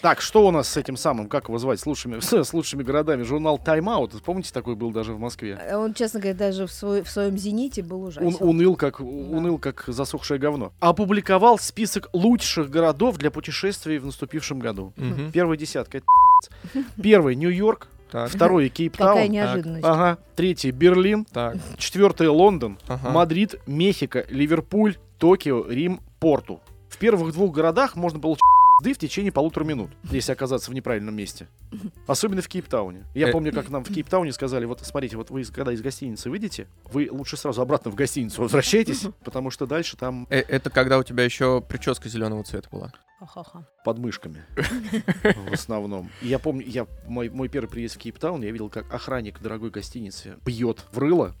S3: Так, что у нас с этим самым, как его звать, с лучшими, (laughs) с лучшими городами? Журнал «Тайм-аут». Помните, такой был даже в Москве?
S2: Э, Он, честно говоря, даже в, свой- в своем зените был ужасен.
S3: Он уныл как, уныл, как засохшее говно. Опубликовал список лучших городов для путешествий в наступившем году.
S1: Мгм.
S3: Первая десятка. это Первый — Нью-Йорк.
S1: Так,
S3: Второй —
S2: Какая
S3: Кейптаун.
S2: неожиданность.
S3: Ага. Третий — Берлин.
S1: так.
S3: Четвертое — Лондон.
S1: ага.
S3: Мадрид, Мехико, Ливерпуль, Токио, Рим, Порту. В первых двух городах можно получить (laughs) ды в течение полутора минут, если оказаться в неправильном месте. Особенно в Кейптауне. Я
S1: Э.
S3: помню, как нам в Кейптауне сказали, вот смотрите, вот вы из- когда из гостиницы выйдете, вы лучше сразу обратно в гостиницу возвращайтесь, потому что дальше там
S1: Э, Это когда у тебя еще прическа зеленого цвета была.
S2: Ха-ха-ха. (laughs)
S3: под мышками в основном. И я помню, я мой, мой первый приезд в Кейптаун, я видел, как охранник дорогой гостиницы бьет в рыло.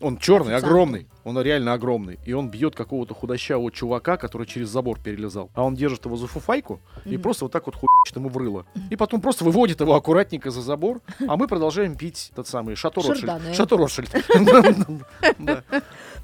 S3: Он черный,
S2: Официанта.
S3: огромный. Он реально огромный. И он бьет какого-то худощавого чувака, который через забор перелезал. А он держит его за фуфайку и
S2: Мгм.
S3: просто вот так вот хуйчит ему в рыло. И потом просто выводит его аккуратненько за забор, а мы продолжаем пить тот самый Шато
S2: Шардоне.
S3: Ротшильд. Шато Ротшильд. (laughs) Да.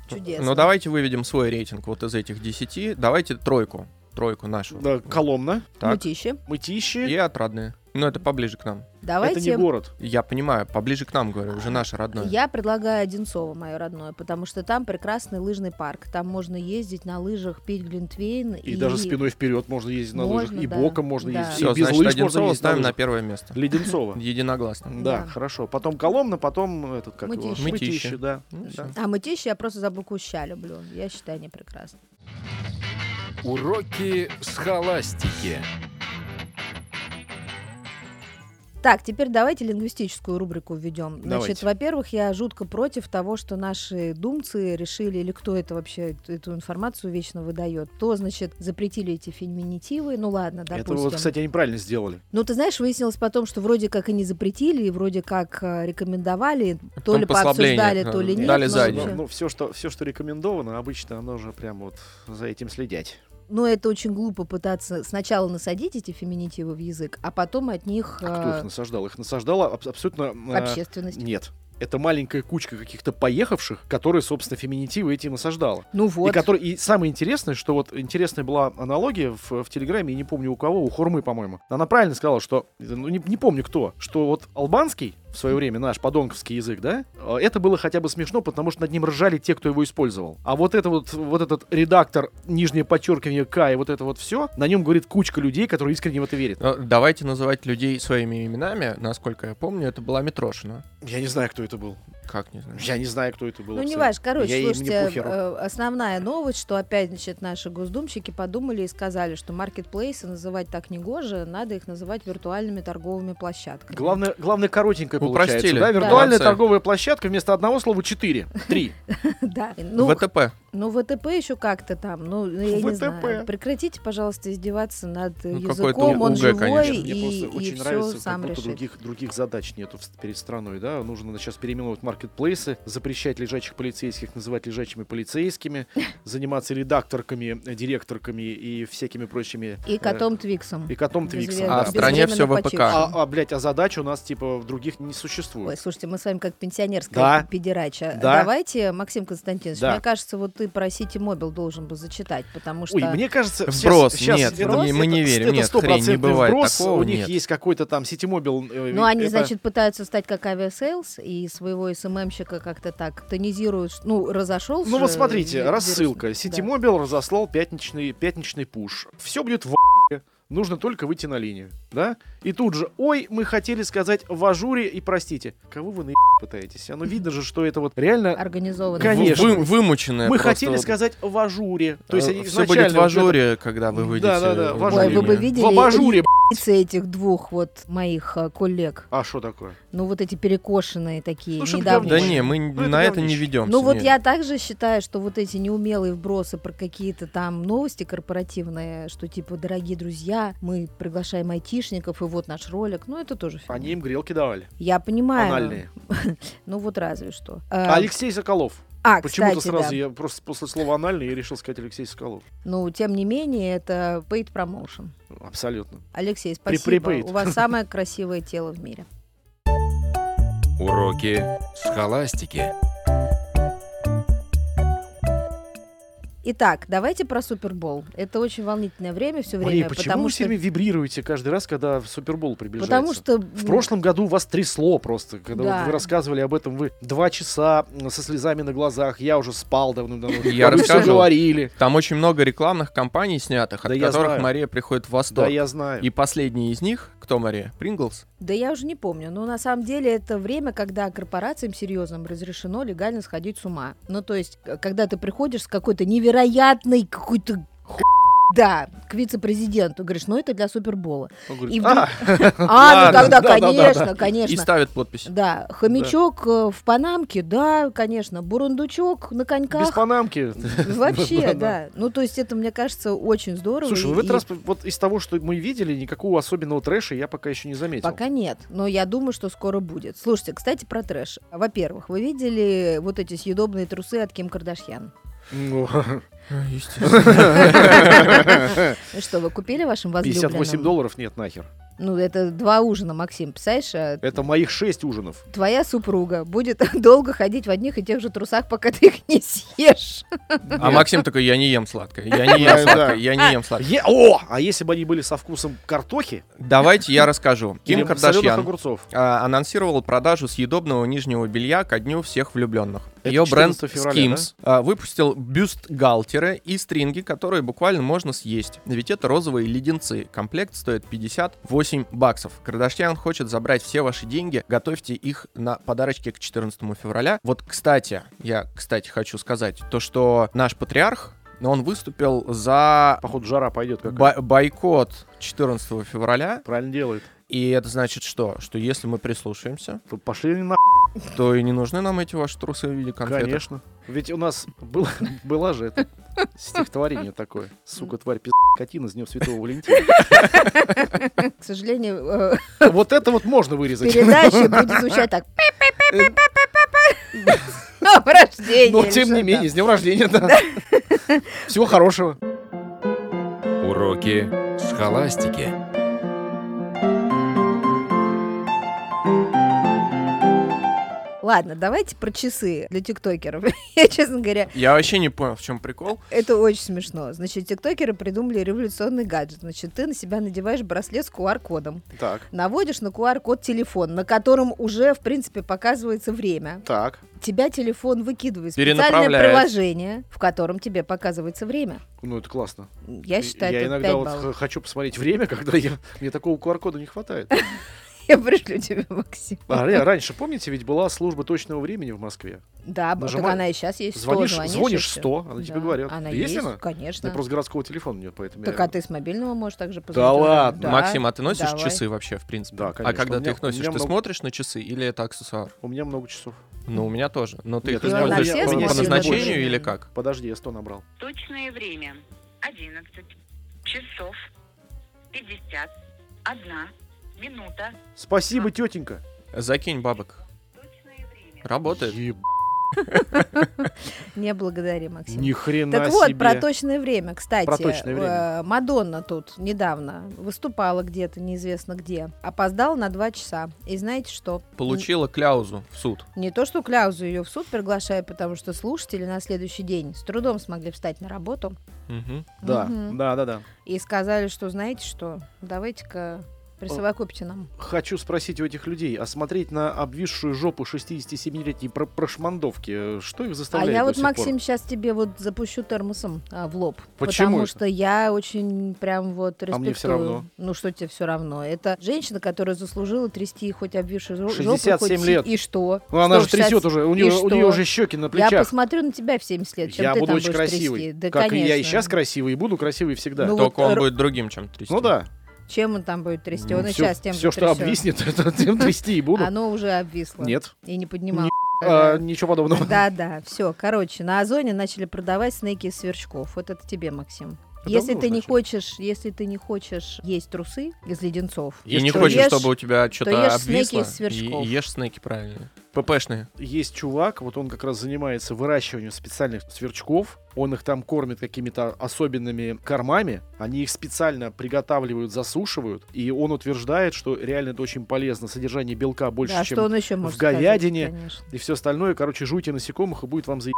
S2: Чудесно.
S1: Ну давайте выведем свой рейтинг вот из этих 10. Давайте тройку. Тройку нашу.
S3: Да, Коломна,
S1: Так.
S2: Мытище.
S1: И
S3: Мытищи.
S1: отрадные. Но это поближе к нам.
S3: Это не
S2: Давайте...
S3: город.
S1: Я понимаю, поближе к нам, говорю, уже наше родное.
S2: Я предлагаю Одинцово, мое родное, потому что там прекрасный лыжный парк. Там можно ездить на лыжах, пить глинтвейн.
S3: И даже спиной вперед можно ездить на лыжах.
S2: Можно,
S3: И
S2: да.
S3: боком можно
S2: Да.
S3: ездить. и
S1: Все,
S3: без
S1: значит,
S3: лыж
S1: один
S3: можно
S1: зоне
S3: сразу на (laughs)
S1: ставим на
S3: лыжах.
S1: первое место.
S3: Леденцова.
S1: Единогласно.
S3: Да,
S2: Да.
S3: хорошо. Потом Коломна, потом этот как его?
S2: Мытищи.
S1: Мытищи.
S3: да.
S1: Ну,
S3: Всё.
S1: да.
S2: А мытище я просто за букву ща люблю. Я считаю, они прекрасны.
S4: Уроки схоластики.
S2: Так, теперь давайте лингвистическую рубрику введем. Значит,
S3: Давайте.
S2: во-первых, я жутко против того, что наши думцы решили, или кто это вообще эт- эту информацию вечно выдает, то, значит, запретили эти феминитивы. Ну ладно,
S3: Это
S2: допустим.
S3: вот, кстати, они правильно сделали.
S2: Ну, ты знаешь, выяснилось потом, что вроде как и не запретили, и вроде как э, рекомендовали, то
S1: Там
S2: ли
S1: послабление,
S2: пообсуждали,
S1: да,
S2: то ли нет.
S1: дали
S2: но
S1: заднюю.
S2: вообще-
S3: Ну, все, что, все, что рекомендовано, обычно оно же прям вот за этим следять.
S2: Но ну, это очень глупо пытаться сначала насадить эти феминитивы в язык, а потом от них
S3: А кто их
S2: э,
S3: насаждал? Их насаждала аб- абсолютно... э,
S2: общественность.
S3: Нет. Это маленькая кучка каких-то поехавших, которые, собственно, феминитивы эти и насаждала.
S2: Ну
S3: И,
S2: вот.
S3: который, и самое интересное, что вот интересная была аналогия в, в Телеграме, я не помню у кого, у Хурмы, по-моему. Она правильно сказала, что, ну не, не помню кто, что вот албанский в свое время, наш подонковский язык, да, э, это было хотя бы смешно, потому что над ним ржали те, кто его использовал. А вот это вот, вот этот редактор, нижнее подчеркивание К и вот это вот все, на нем говорит кучка людей, которые искренне в это верят.
S1: Э, Давайте называть людей своими именами. Насколько я помню, это была Митрошина.
S3: Я не знаю, кто это был.
S1: Как не знаю.
S3: Я не знаю, кто это был.
S2: Ну, не
S3: абсолютно.
S2: важно. Короче,
S3: э, Я им не
S2: слушайте,
S3: похеру.
S2: э, основная новость, что опять, значит, наши госдумщики подумали и сказали, что маркетплейсы называть так негоже, надо их называть виртуальными торговыми площадками.
S3: Главное, главное коротенькое
S1: Упростили.
S3: получается, да? Виртуальная
S1: Молодцы.
S3: торговая площадка вместо одного слова четыре, три.
S2: (laughs) Да. Ну,
S1: ВТП.
S2: ну, ВТП еще как-то там. Ну, я не
S3: ВТП.
S2: знаю. Прекратите, пожалуйста, издеваться над э,
S1: Ну, какой-то
S2: языком. Он
S1: УГ,
S2: живой
S1: конечно.
S3: Мне
S2: и,
S3: просто
S2: и
S3: очень
S2: все
S3: нравится,
S2: сам
S3: как будто
S2: решит.
S3: других, других задач нету в- перед страной, да, нужно сейчас переименовывать маркетплейсы, запрещать лежачих полицейских, называть лежачими
S2: (laughs)
S3: полицейскими, заниматься редакторками, э, директорками и всякими прочими...
S2: И
S3: э,
S2: котом Твиксом.
S3: И котом
S2: Без
S3: Твиксом,
S2: вре-
S1: А
S3: да.
S1: в стране
S2: безвременно
S1: всё ВПК.
S2: почившим.
S3: А, а, блядь, а задач у нас, типа, в других не
S2: Ой,
S3: существует.
S2: слушайте, мы с вами как пенсионерская
S3: Да.
S2: педерача.
S3: Да.
S2: Давайте, Максим Константинович,
S3: Да.
S2: мне кажется, вот ты про Сити Мобил должен бы зачитать, потому что...
S3: Ой, мне кажется, сейчас-
S1: Вброс,
S3: сейчас
S1: нет,
S3: это-
S1: мы не- мы не
S3: это-
S1: верим,
S3: это
S1: нет, хрень, не
S3: 100%
S1: бывает
S3: вброс,
S1: такого,
S3: У них
S1: нет.
S3: есть какой-то там ситимобил. э,
S2: Ну, они,
S3: это-
S2: значит, пытаются стать как авиасейлс, и своего СММщика как-то так тонизируют. что- Ну, разошелся.
S3: Ну вот
S2: же
S3: смотрите,
S2: вирусный.
S3: рассылка.
S2: Да.
S3: Ситимобил разослал пятничный, пятничный пуш. Все будет в Нужно только выйти на линию, да? И тут же, ой, мы хотели сказать в ажуре и простите. Кого вы на пытаетесь? Оно видно же, что это вот реально...
S2: Организованно.
S3: Конечно.
S1: Вы- вымученная
S3: Мы
S1: просто-
S3: хотели сказать в ажуре. То есть они
S1: все будет в
S3: изначально вот это-
S1: ажуре, когда вы выйдете.
S3: Да-да-да, в
S1: на
S3: ажуре.
S2: Ой, вы бы
S1: линию.
S2: видели
S3: В абажуре,
S2: лица этих двух вот моих а, коллег.
S3: А что такое?
S2: Ну, вот эти перекошенные такие,
S3: Ну, что ты
S2: недавно.
S1: Да не, мы
S3: Ну, это
S1: на это не
S3: говнище.
S1: ведем.
S2: Ну вот я также считаю, что вот эти неумелые вбросы про какие-то там новости корпоративные, что типа, дорогие друзья, мы приглашаем айтишников, и вот наш ролик, ну это тоже фигня.
S3: Они им грелки давали.
S2: Я понимаю.
S3: Анальные.
S2: Ну вот разве что.
S3: А
S2: А,
S3: Алексей Соколов.
S2: а,
S3: Почему-то
S2: кстати,
S3: сразу
S2: да.
S3: я просто после слова анальный я решил сказать Алексей Соколов.
S2: Ну, тем не менее, это paid promotion.
S3: Абсолютно.
S2: Алексей,
S3: При-
S2: спасибо.
S3: prepaid.
S2: У вас самое красивое тело в мире.
S4: Уроки схоластики.
S2: Итак, давайте про Супербол. Это очень волнительное время все
S3: Мария,
S2: время,
S3: почему
S2: потому
S3: вы
S2: что
S3: все время вибрируете каждый раз, когда в Супербол приближается?
S2: потому что
S3: В прошлом году вас трясло просто, когда вот
S2: Да.
S3: вы рассказывали об этом. Вы два часа м, со слезами на глазах. Я уже спал давно-давно.
S1: Я
S3: Вы все
S1: расскажу.
S3: говорили.
S1: Там очень много рекламных кампаний снятых,
S3: Да
S1: от
S3: я
S1: которых
S3: знаю.
S1: Мария приходит в
S3: Да,
S1: восторг.
S3: я знаю.
S1: И последний из них, кто Мария? Принглс?
S2: Да я уже не помню, но на самом деле это время, когда корпорациям серьезным разрешено легально сходить с ума. Ну то есть, к- когда ты приходишь с какой-то невероятной какой-то ху- да, к вице-президенту, говоришь, ну это для Супербола.
S3: Он
S2: и
S3: говорит,
S2: вдруг-
S3: (laughs)
S2: А,
S3: «А,
S2: ну
S3: Ладно,
S2: тогда,
S3: да-да-да-да».
S2: конечно,
S1: И
S2: конечно.
S1: ставит подпись.
S2: Да, хомячок э, в Панамке, да, конечно, бурундучок на
S3: без
S2: коньках.
S3: панамки. (laughs)
S2: Вообще,
S3: Да-да.
S2: да. Ну, то есть это, мне кажется, очень здорово.
S3: Слушай, ну
S2: и-
S3: в этот
S2: и
S3: раз вот из того, что мы видели, никакого особенного трэша я пока еще не заметил.
S2: Пока нет, но я думаю, что скоро будет. Слушайте, кстати, про трэш. Во-первых, вы видели вот эти съедобные трусы от Ким Кардашьян? (laughs)
S3: Ну,
S2: Ну Что, вы купили вашим возлюбленным?
S3: 58 долларов нет нахер.
S2: Ну, это два ужина, Максим, представляешь? а
S3: Это моих 6 ужинов.
S2: Твоя супруга будет (laughs) долго ходить в одних и тех же трусах, пока ты их не съешь.
S1: А Максим такой, я не ем сладкое, я не ем
S3: Да.
S1: сладкое, я не ем сладкое.
S3: Е- О! А если бы они были со вкусом картохи?
S1: Давайте я расскажу.
S3: или
S1: Ким
S3: соленых
S1: Кардашьян
S3: огурцов?
S1: а, анонсировал продажу съедобного нижнего белья ко дню всех влюбленных.
S3: Это
S1: Ее бренд
S3: 14 февраля,
S1: Skims а, выпустил бюст-галтеры и стринги, которые буквально можно съесть. Ведь это розовые леденцы. Комплект стоит 58 баксов. Кардашьян хочет забрать все ваши деньги. Готовьте их на подарочки к 14 февраля. Вот, кстати, я, кстати, хочу сказать, то, что наш патриарх, он выступил за
S3: Походу, жара пойдет как
S1: бой- бойкот 14 февраля
S3: Правильно делает.
S1: и это значит что? Что если мы прислушаемся,
S3: То пошли они на
S1: то и не нужны нам эти ваши трусы в виде конфеток.
S3: Конечно. Ведь у нас было, (laughs) было же это стихотворение такое. Сука, тварь, пиз... Катина с Днем Святого Валентина.
S2: К сожалению, э,
S3: Вот это вот можно вырезать.
S2: передача
S3: (laughs)
S2: будет звучать так. С днём рождения,
S3: Но тем не
S2: Эльшата.
S3: менее, с днем рождения, да. Всего хорошего.
S4: Уроки схоластики.
S2: Ладно, давайте про часы для тиктокеров. (laughs) Я, честно говоря,
S1: Я вообще не понял, в чем прикол.
S2: Это очень смешно. Значит, тиктокеры придумали революционный гаджет. Значит, ты на себя надеваешь браслет с QR-кодом.
S3: Так,
S2: Наводишь на QR-код телефон, на котором уже, в принципе, показывается время.
S3: так.
S2: Тебя телефон выкидывает в специальное
S1: Перенаправляет.
S2: приложение, в котором тебе показывается время.
S3: Ну, это классно.
S2: Я считаю, это
S3: иногда
S2: 5
S3: вот
S2: баллов.
S3: х- хочу посмотреть время, когда я... мне такого QR-кода не хватает.
S2: Я пришлю тебе, Максим.
S3: А, ре- раньше, помните, ведь была служба точного времени в Москве?
S2: Да, б- так
S3: Нажимай-
S2: она и сейчас есть. 100,
S3: Звонишь,
S2: и
S3: звонишь
S2: всё.
S3: 100, она тебе
S2: Да,
S3: говорят.
S2: Она
S3: есть,
S2: есть,
S3: она? У
S2: конечно.
S3: меня просто городского телефона нет, поэтому
S2: Так
S3: я...
S2: а ты с мобильного можешь также позвонить.
S3: ладно?
S2: Да,
S1: Максим, а ты носишь
S2: давай.
S1: часы вообще, в принципе?
S3: Да, конечно.
S1: А когда
S3: У меня-
S1: ты их носишь,
S3: у
S1: ты
S3: меня много-
S1: смотришь на часы или это аксессуар?
S3: У меня много часов.
S1: Ну, у меня тоже. Но ты их
S3: Нет, у меня-
S2: у меня-
S1: используешь
S2: у меня
S1: по- по
S2: сильно больше.
S1: назначению или как?
S3: Подожди, я 100 набрал.
S5: Точное время. 11 часов 51 минута.
S3: Спасибо, тетенька.
S1: Закинь бабок.
S5: Точное время.
S1: Работает.
S2: Не благодари, Максим.
S3: Ни хрена
S2: Так вот,
S3: себе.
S2: про точное время, кстати.
S3: Про точное время.
S2: э, Мадонна тут недавно выступала где-то, неизвестно где. Опоздала на два часа. И знаете что?
S1: Получила кляузу в суд.
S2: Не то, что Кляузу ее в суд приглашают, потому что слушатели на следующий день с трудом смогли встать на работу
S1: Мгм.
S3: Да,
S2: Мгм.
S3: да, да, да.
S2: и сказали, что знаете что, давайте-ка Присовокупьте нам.
S3: Хочу спросить у этих людей, а смотреть на обвисшую жопу 67-летней про- прошмандовки, э, что их
S2: А
S3: заставляет
S2: я
S3: до
S2: вот,
S3: сих
S2: Максим, сейчас тебе вот запущу термосом а, в лоб.
S3: Почему
S2: Потому
S3: это? А
S2: что я очень прям вот респектую.
S3: мне всё равно.
S2: Ну что тебе все равно? Это женщина, которая заслужила трясти хоть обвисшую жо- жопу.
S3: 67
S2: хоть-
S3: лет.
S2: И что?
S3: пор? Ну, она
S2: Что,
S3: же трясет
S2: 60?
S3: уже, у нее, у
S2: что?
S3: нее уже щеки на
S2: Я
S3: плечах.
S2: посмотрю на тебя в 70 лет, чем
S3: Я
S2: ты
S3: буду
S2: там
S3: очень
S2: будешь
S3: красивый.
S2: трясти. Да,
S3: как и
S2: конечно.
S3: я и сейчас красивый, и буду красивый всегда.
S2: Ну,
S3: Ну,
S1: Только
S2: вот
S1: он
S2: р-
S1: будет другим, чем трясти.
S3: да.
S2: Чем он там будет трясти? Он и
S3: все,
S2: сейчас тем А же
S3: что
S2: трясёт.
S3: обвиснет, (laughs) это тем трясти и буду.
S2: Оно уже обвисло.
S3: Нет.
S2: И не поднимал.
S3: А, Ничего подобного.
S2: Да, да, все. Короче, на Озоне начали продавать снеки из сверчков. Вот это тебе, Максим.
S3: Это
S2: если
S3: было,
S1: ну,
S2: ты не
S3: значит?
S2: хочешь, если ты не хочешь есть трусы из леденцов,
S1: И не
S3: Если
S1: хочешь,
S2: ешь,
S1: чтобы у тебя
S2: ешь
S1: что-то
S2: снеки
S1: обвисло.
S2: из сверчков.
S1: и- и ешь снеки правильные. ППшные.
S3: Есть чувак, вот он как раз занимается выращиванием специальных сверчков. Он их там кормит какими-то особенными кормами. Они их специально приготавливают, засушивают. И он утверждает, что реально это очень полезно. Содержание белка больше,
S2: да,
S3: чем
S2: что он еще может сказать,
S3: говядине.
S2: конечно.
S3: и все остальное. Короче, жуйте насекомых, и будет вам заеб...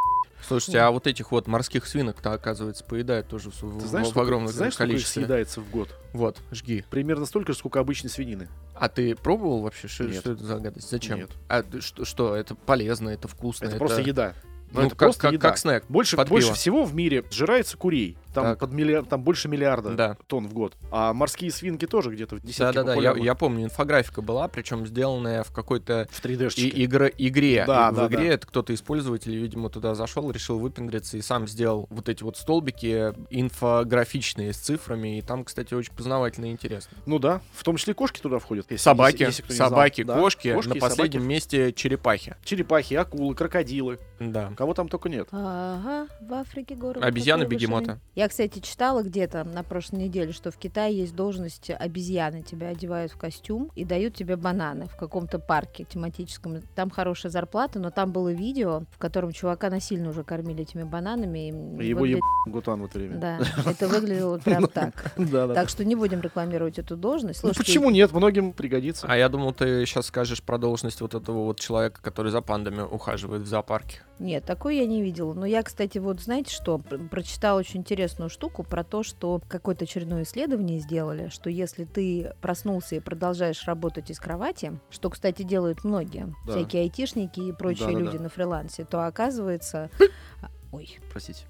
S1: Слушайте, а вот этих вот морских свинок-то, оказывается, поедают тоже в, в-
S3: Ты знаешь,
S1: Ну, в
S3: сколько,
S1: огромном
S3: ты знаешь, сколько их
S1: количестве.
S3: съедается в год?
S1: вот, жги.
S3: Примерно столько же, сколько обычной свинины.
S1: А ты пробовал вообще, что,
S3: Нет.
S1: что это за гадость? Зачем?
S3: Нет.
S1: А ты что, что, это полезно, это вкусно.
S3: Это, просто еда. Ну,
S1: Ну,
S3: это
S1: как,
S3: просто
S1: как,
S3: еда.
S1: как снэк.
S3: Больше,
S1: под
S3: больше
S1: пиво.
S3: всего в мире сжирается курей. Там,
S1: Так.
S3: под миллиар- там больше миллиарда
S1: Да.
S3: тонн в год. А морские свинки тоже где-то в десятке
S1: Да-да-да, я,
S3: популярных.
S1: я помню, инфографика была, причем сделанная в какой-то
S3: В 3D-шечке.
S1: и- игра- игре.
S3: Да,
S1: И в
S3: да,
S1: игре
S3: да.
S1: это кто-то из пользователей, видимо, туда зашел, решил выпендриться и сам сделал вот эти вот столбики инфографичные с цифрами. И там, кстати, очень познавательно и интересно.
S3: Ну да, в том числе кошки туда входят. если-
S1: собаки,
S3: если- если кто не знал.
S1: собаки,
S3: Да,
S1: кошки,
S3: кошки
S1: на
S3: и
S1: последнем
S3: собаки.
S1: месте черепахи.
S3: Черепахи, акулы, крокодилы.
S1: Да.
S3: Кого там только нет.
S2: Ага, в Африке город.
S1: Обезьяны,
S2: покоя
S1: бегемоты.
S2: вышли. Я, кстати, читала где-то на прошлой неделе, что в Китае есть должность обезьяны. Тебя одевают в костюм и дают тебе бананы в каком-то парке тематическом. Там хорошая зарплата, но там было видео, в котором чувака насильно уже кормили этими бананами. и
S3: Его
S2: выгля-
S3: еб... гутан в это время.
S2: Да, это выглядело прям так.
S3: (laughs) Да, да.
S2: Так что не будем рекламировать эту должность.
S3: Ну
S2: Слушайте,
S3: почему нет? Многим пригодится.
S1: А я думал, ты сейчас скажешь про должность вот этого вот человека, который за пандами ухаживает в зоопарке.
S2: Нет, такой я не видела. Но я, кстати, вот знаете что, Пр- прочитала очень интересную штуку про то, что какое-то очередное исследование сделали, что если ты проснулся и продолжаешь работать из кровати, что, кстати, делают многие,
S3: Да.
S2: всякие айтишники и прочие
S3: Да-да-да.
S2: люди на фрилансе, то
S3: (laughs)
S2: оказывается... Ой,
S3: Простите.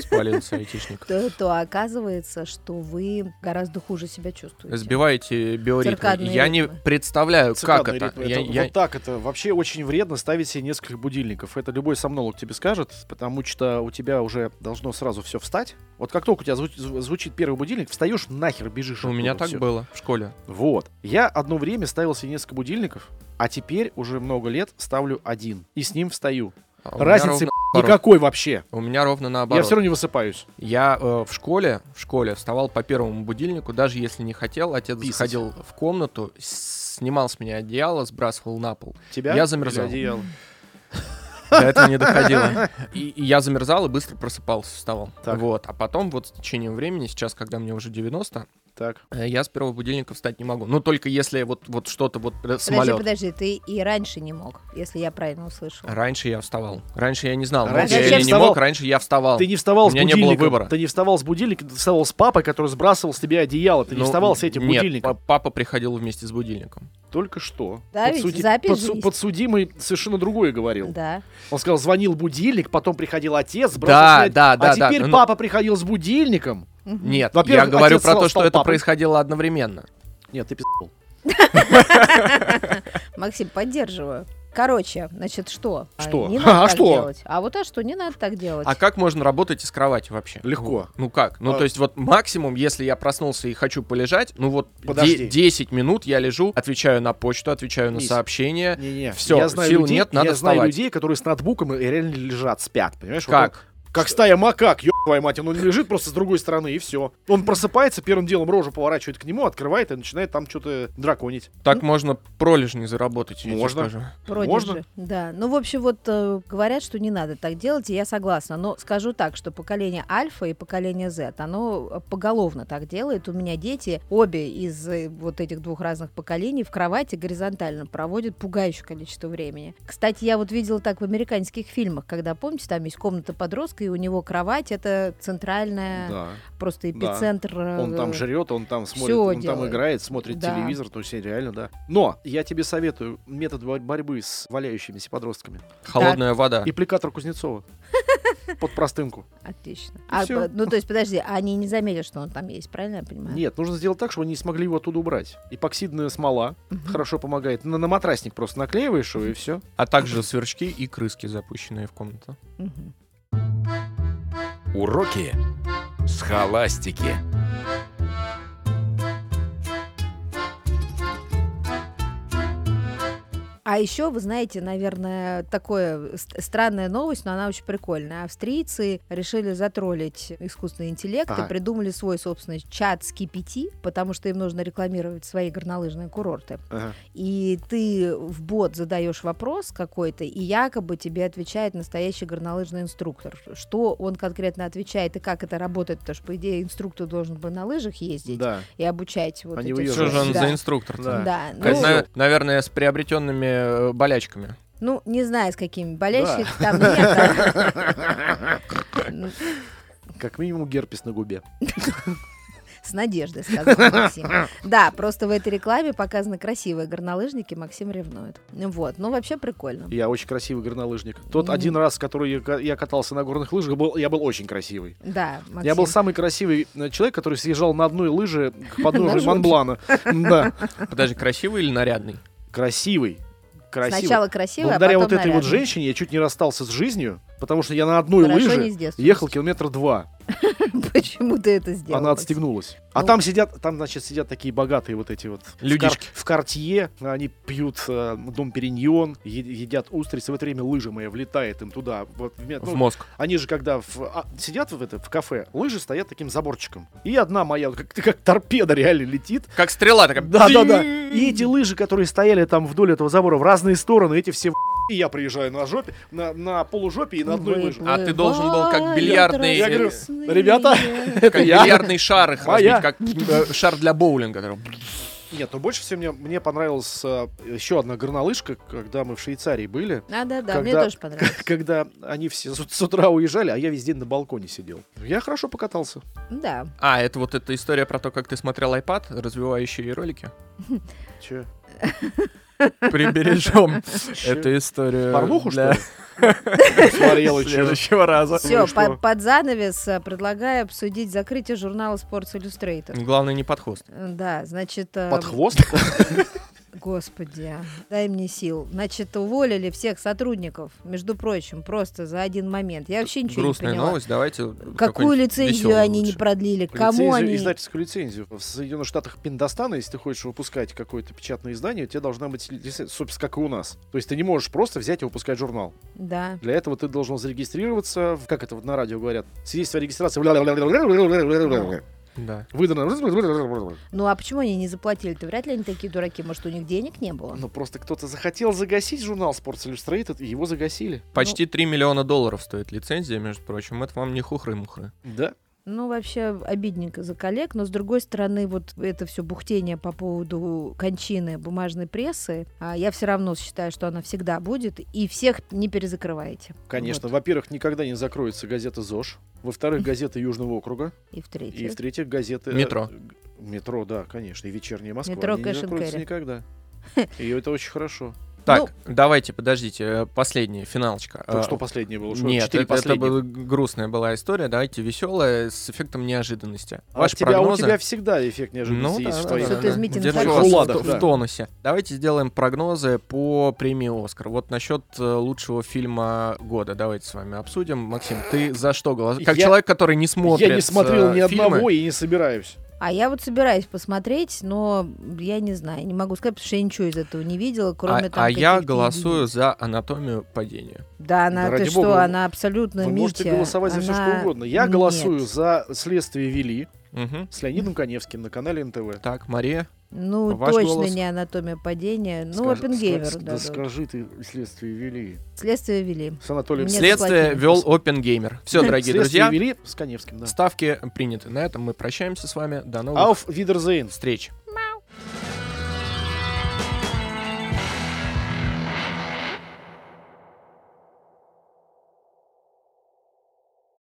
S1: Спалился
S2: (laughs)
S1: айтишник.
S2: то, то оказывается, что вы гораздо хуже себя чувствуете.
S1: Сбиваете биоритмы.
S2: Циркадные
S1: Я не
S2: ритмы.
S1: представляю, А как
S3: Циркадные
S1: это.
S3: ритмы.
S1: Я-
S3: Это
S1: я-
S3: Вот так это. Вообще очень вредно ставить себе несколько будильников. Это любой сомнолог тебе скажет, потому что у тебя уже должно сразу все встать. Вот как только у тебя звуч- зв- звучит первый будильник, встаешь нахер, бежишь.
S1: У меня
S3: оттуда,
S1: так
S3: всё.
S1: было в школе.
S3: Вот. Я одно время ставил себе несколько будильников, а теперь уже много лет ставлю один. И с ним встаю.
S1: А у меня
S3: Разницы
S1: ровно
S3: б***ь,
S1: наоборот.
S3: никакой вообще.
S1: У меня ровно
S3: Я
S1: наоборот.
S3: все равно не высыпаюсь.
S1: Я э, в школе, в школе вставал по первому будильнику, даже если не хотел. Отец
S3: Писать.
S1: заходил в комнату, с- снимал с меня одеяло, сбрасывал на пол.
S3: Тебя?
S1: Я замерзал.
S3: или одеяло?
S1: До этого не доходило. (laughs) И, и я замерзал и быстро просыпался, вставал.
S3: Так.
S1: Вот. А потом вот с течением времени, сейчас, когда мне уже 90,
S3: Так.
S1: э, я с первого будильника встать не могу. Ну, только если вот, вот что-то вот э,
S2: Подожди,
S1: самолет.
S2: подожди, ты и раньше не мог, если я правильно услышала.
S1: Раньше я вставал. Раньше я не знал, мог
S3: Раньше
S1: я
S2: я
S1: или не
S3: вставал.
S1: мог, раньше я вставал.
S3: Ты не вставал
S1: У меня
S3: с
S1: не было
S3: будильником.
S1: выбора.
S3: Ты не вставал с будильника, ты вставал с папой, который сбрасывал с тебя одеяло. Ты не
S1: Ну,
S3: вставал с этим
S1: нет,
S3: будильником.
S1: па- папа приходил вместе с будильником.
S3: Только что.
S2: Да, ведь запись же есть.
S3: Подсудимый совершенно другое говорил.
S2: Да.
S3: Он сказал, звонил будильник, потом приходил отец,
S1: Да,
S3: сбрасывал. с меня-
S1: да, да,
S3: А
S1: да,
S3: теперь
S1: ну-
S3: папа приходил с будильником.
S2: Мгм.
S1: Нет, я
S3: Во-первых,
S1: говорю
S3: отец
S1: про
S3: стал-
S1: то, что
S3: стал
S1: это
S3: папой.
S1: происходило одновременно.
S3: Нет, ты пиздал.
S2: Максим, поддерживаю. Короче, значит, что?
S3: Что? (laughs)
S2: Не надо
S3: А
S2: так
S3: что?
S2: делать. А вот а что? Не надо так делать.
S1: А как можно работать из кровати вообще?
S3: Легко.
S1: Ну как? Ну
S3: А-
S1: то есть вот максимум, если я проснулся и хочу полежать, ну вот
S3: Подожди.
S1: де- 10 минут я лежу, отвечаю на почту, отвечаю на
S3: Мись.
S1: сообщения.
S3: Не-не,
S1: Всё,
S3: я знаю
S1: сил
S3: людей,
S1: нет, надо
S3: я знаю
S1: вставать.
S3: людей, которые с ноутбуком и реально лежат, спят, понимаешь? Вот
S1: Как?
S3: он- как стая макак, ёб твою мать, он лежит просто с другой стороны, и все. Он просыпается, первым делом рожу поворачивает к нему, открывает и начинает там что-то драконить.
S1: Так
S2: Ну.
S1: можно пролежни заработать. я тебе
S3: Можно.
S1: скажу.
S2: Вроде
S3: можно?
S2: же. Да. Ну, в общем, вот э, говорят, что не надо так делать, и я согласна. Но скажу так, что поколение Альфа и поколение Z, оно э, поголовно так делает. У меня дети, обе из э, вот этих двух разных поколений, в кровати горизонтально проводят пугающее количество времени. Кстати, я вот видела так в американских фильмах, когда, помните, там есть комната подростка и у него кровать это центральная,
S3: Да.
S2: просто
S3: Да.
S2: эпицентр.
S3: Он
S2: э,
S3: там жрет, он там
S2: всё
S3: смотрит, он там
S2: делает.
S3: играет, смотрит
S2: Да.
S3: телевизор, то есть реально, да. Но я тебе советую метод бо- борьбы с валяющимися подростками.
S1: Холодная вода.
S3: Импликатор Кузнецова
S2: (laughs)
S3: под простынку.
S2: Отлично. А,
S3: всё.
S2: б- ну, то есть, подожди, а они не заметят, что он там есть, правильно я понимаю?
S3: Нет, нужно сделать так, чтобы они не смогли его оттуда убрать. Эпоксидная смола
S2: Мгм.
S3: хорошо помогает. На, на матрасник просто наклеиваешь его и все.
S1: А также сверчки и крыски, запущенные в комнату.
S2: Мгм.
S4: Уроки схоластики.
S2: А еще, вы знаете, наверное, такое ст- странная новость, но она очень прикольная. Австрийцы решили затроллить искусственный интеллект
S3: Ага.
S2: и придумали свой собственный чат с KPT, потому что им нужно рекламировать свои горнолыжные курорты.
S3: Ага.
S2: И ты в бот задаешь вопрос какой-то, и якобы тебе отвечает настоящий горнолыжный инструктор. Что он конкретно отвечает и как это работает, потому что, по идее, инструктор должен бы на лыжах ездить
S3: Да.
S2: и обучать вот
S3: Они
S2: эти
S1: Что
S3: выезжают.
S2: всё.
S1: же он
S2: Да.
S1: за инструктор-то?
S3: Да.
S2: Да, ну,
S1: Хоть, на- наверное, с приобретенными э, болячками.
S2: Ну, не знаю, с какими болельщиками там нет. а- Ну,
S3: Как минимум герпес на губе.
S2: С надеждой, сказал Максим. Да, просто в этой рекламе показаны красивые горнолыжники, Максим ревнует. Ну Вот, ну вообще прикольно.
S3: Я очень красивый горнолыжник. Тот
S2: Мгм.
S3: один раз, который я ка- я катался на горных лыжах, был, я был очень красивый.
S2: Да, Максим.
S3: Я был самый красивый э, человек, который съезжал на одной лыже к
S2: На жопе.
S3: подножию
S2: (laughs)
S3: Монблана. Да.
S1: Подожди, красивый или нарядный?
S3: Красивый. Красивый.
S2: Сначала красивый, а
S3: Благодаря
S2: потом
S3: вот этой вот
S2: нарядный.
S3: женщине я чуть не расстался с жизнью, потому что я на одной
S2: Хорошо, не
S3: лыже
S2: с детства.
S3: ехал километр два.
S2: (laughs) Почему ты это сделал?
S3: Она
S2: Максим?
S3: отстегнулась. А
S2: Ну.
S3: там сидят, там, значит, сидят такие богатые вот эти вот. в кар-
S1: Людишки.
S3: В картье они пьют э, дом Периньон, е- едят устрицы. В это время лыжа моя влетает им туда. Вот, в ме-
S1: В
S3: ну,
S1: мозг.
S3: они же, когда в- а, сидят в, это, в кафе, лыжи стоят таким заборчиком. И одна моя, вот как, (laughs) как торпеда реально летит.
S1: Как стрела такая.
S3: Да, да, да. И эти лыжи, которые стояли там вдоль этого забора в разные стороны, эти все в- и я приезжаю на жопе, на, на полужопе и на одной лыже.
S1: А ты должен был как бильярдный-
S3: Я говорю,
S2: Красные.
S3: ребята, это
S1: Как
S3: я.
S1: бильярдный шар их
S3: Моя.
S1: разбить, как э, шар для боулинга.
S3: Нет, но больше всего мне, мне понравилась э, еще одна горнолыжка, когда мы в Швейцарии были. (laughs)
S2: А, да, да,
S3: Когда-
S2: мне тоже понравилось.
S3: (laughs) Когда они все с, с утра уезжали, а я весь день на балконе сидел. Ну, Я хорошо покатался.
S2: Да.
S1: А, это вот эта история про то, как ты смотрел iPad, развивающие ролики.
S3: Че?
S1: Прибережем эту историю
S3: Порнуху, что
S1: э, для (laughs)
S3: ли? Смотрел и чё?
S1: следующего раза.
S2: Все,
S3: что?
S2: под занавес э, предлагаю обсудить закрытие журнала Sports Illustrated.
S1: Главное, не под хвост.
S2: Э, Да, значит... э,
S3: Под хвост?
S2: Господи, дай мне сил. Значит, уволили всех сотрудников, между прочим, просто за один момент. Я вообще ничего
S1: Грустная
S2: не поняла.
S1: новость, давайте...
S2: Какую
S1: какой-нибудь
S2: лицензию
S1: весёлую
S2: они не
S1: лучше.
S2: продлили? Кому
S3: Лицензию,
S2: они?
S3: Издательскую лицензию. В Соединенных Штатах Пиндостана, если ты хочешь выпускать какое-то печатное издание, у тебя должна быть лицензия, собственно, как и у нас. То есть ты не можешь просто взять и выпускать журнал.
S2: Да.
S3: Для этого ты должен зарегистррироваться, в- как это вот на радио говорят, свидетельство о регистрации,
S1: Да.
S3: выдано.
S2: Ну а почему они не заплатили? То вряд ли они такие дураки. Может, у них денег не было?
S3: Ну просто кто-то захотел загасить журнал Sports Illustrated, и его загасили.
S2: Ну.
S1: Почти 3 миллиона долларов стоит лицензия, между прочим. Это вам не хухры-мухры.
S3: Да.
S2: Ну, вообще обидненько за коллег, но с другой стороны, вот это все бухтение по поводу кончины бумажной прессы, а я все равно считаю, что она всегда будет, и всех не перезакрывайте.
S3: Конечно, во-первых, никогда не закроется газета ЗОЖ, во-вторых, газета Южного округа,
S2: И
S3: (laughs) и
S2: в-третьих.
S3: в-третьих, газета... э,
S1: Метро.
S3: г- Метро, да, конечно, и вечерняя Москва.
S2: Метро,
S3: Они не
S2: кэш энд
S3: закроются
S2: кэрри.
S3: (laughs) никогда. И это очень хорошо.
S2: Ну.
S1: Так, давайте, подождите, э, последняя, финалочка.
S3: Только
S1: Э,
S3: что последнее было? Что
S1: Нет,
S3: четыре
S1: это, это
S3: последних?
S1: была грустная была история. Давайте веселая с эффектом неожиданности.
S3: А
S1: Ваши
S3: у тебя,
S1: прогнозы?
S3: у тебя всегда эффект неожиданности
S1: Ну,
S3: есть
S1: да,
S3: в
S1: да,
S3: твоих
S1: да,
S2: Что-то из
S1: да.
S2: митинга
S1: Держу
S2: так
S1: вас
S3: ладно,
S1: в,
S3: да.
S1: в тонусе. Давайте сделаем прогнозы по премии «Оскар». Вот насчет э, лучшего фильма года давайте с вами обсудим. Максим, ты за что голосуешь? Как
S3: Я-
S1: человек, который не смотрит
S3: Я не
S1: э,
S3: смотрел ни
S1: фильмы.
S3: одного и не собираюсь.
S2: А я вот собираюсь посмотреть, но я не знаю, не могу сказать, потому что я ничего из этого не видела,
S1: А,
S2: кроме
S1: а
S2: там
S1: я
S2: каких-то
S1: голосую
S2: единиц.
S1: за анатомию падения.
S2: Да, она,
S3: Да
S2: ты
S3: Ну, ради
S2: что,
S3: бога,
S2: она абсолютно
S3: Вы можете
S2: Митя,
S3: голосовать за все, что
S2: она-
S3: угодно. Я
S2: Нет.
S3: голосую за «Следствие вели»
S1: Мгм.
S3: с Леонидом Коневским на канале НТВ.
S1: Так, Мария.
S2: Ну,
S1: Ваш
S2: точно
S1: голос?
S2: не анатомия падения. Ну,
S3: Скажи-
S2: Оппенгеймер
S3: ска- Да
S2: дадут.
S3: скажи ты «Следствие вели»
S2: Следствие вели.
S3: с Анатолием...
S2: Мне
S3: С-
S1: Следствие
S2: заплатили.
S1: вел Опенгеймер.
S2: (laughs)
S1: Все, дорогие
S3: «Следствие
S1: друзья,
S3: вели» с Коневским, да.
S1: ставки приняты. На этом мы прощаемся с вами. До новых
S3: Auf Wiedersehen.
S1: встреч.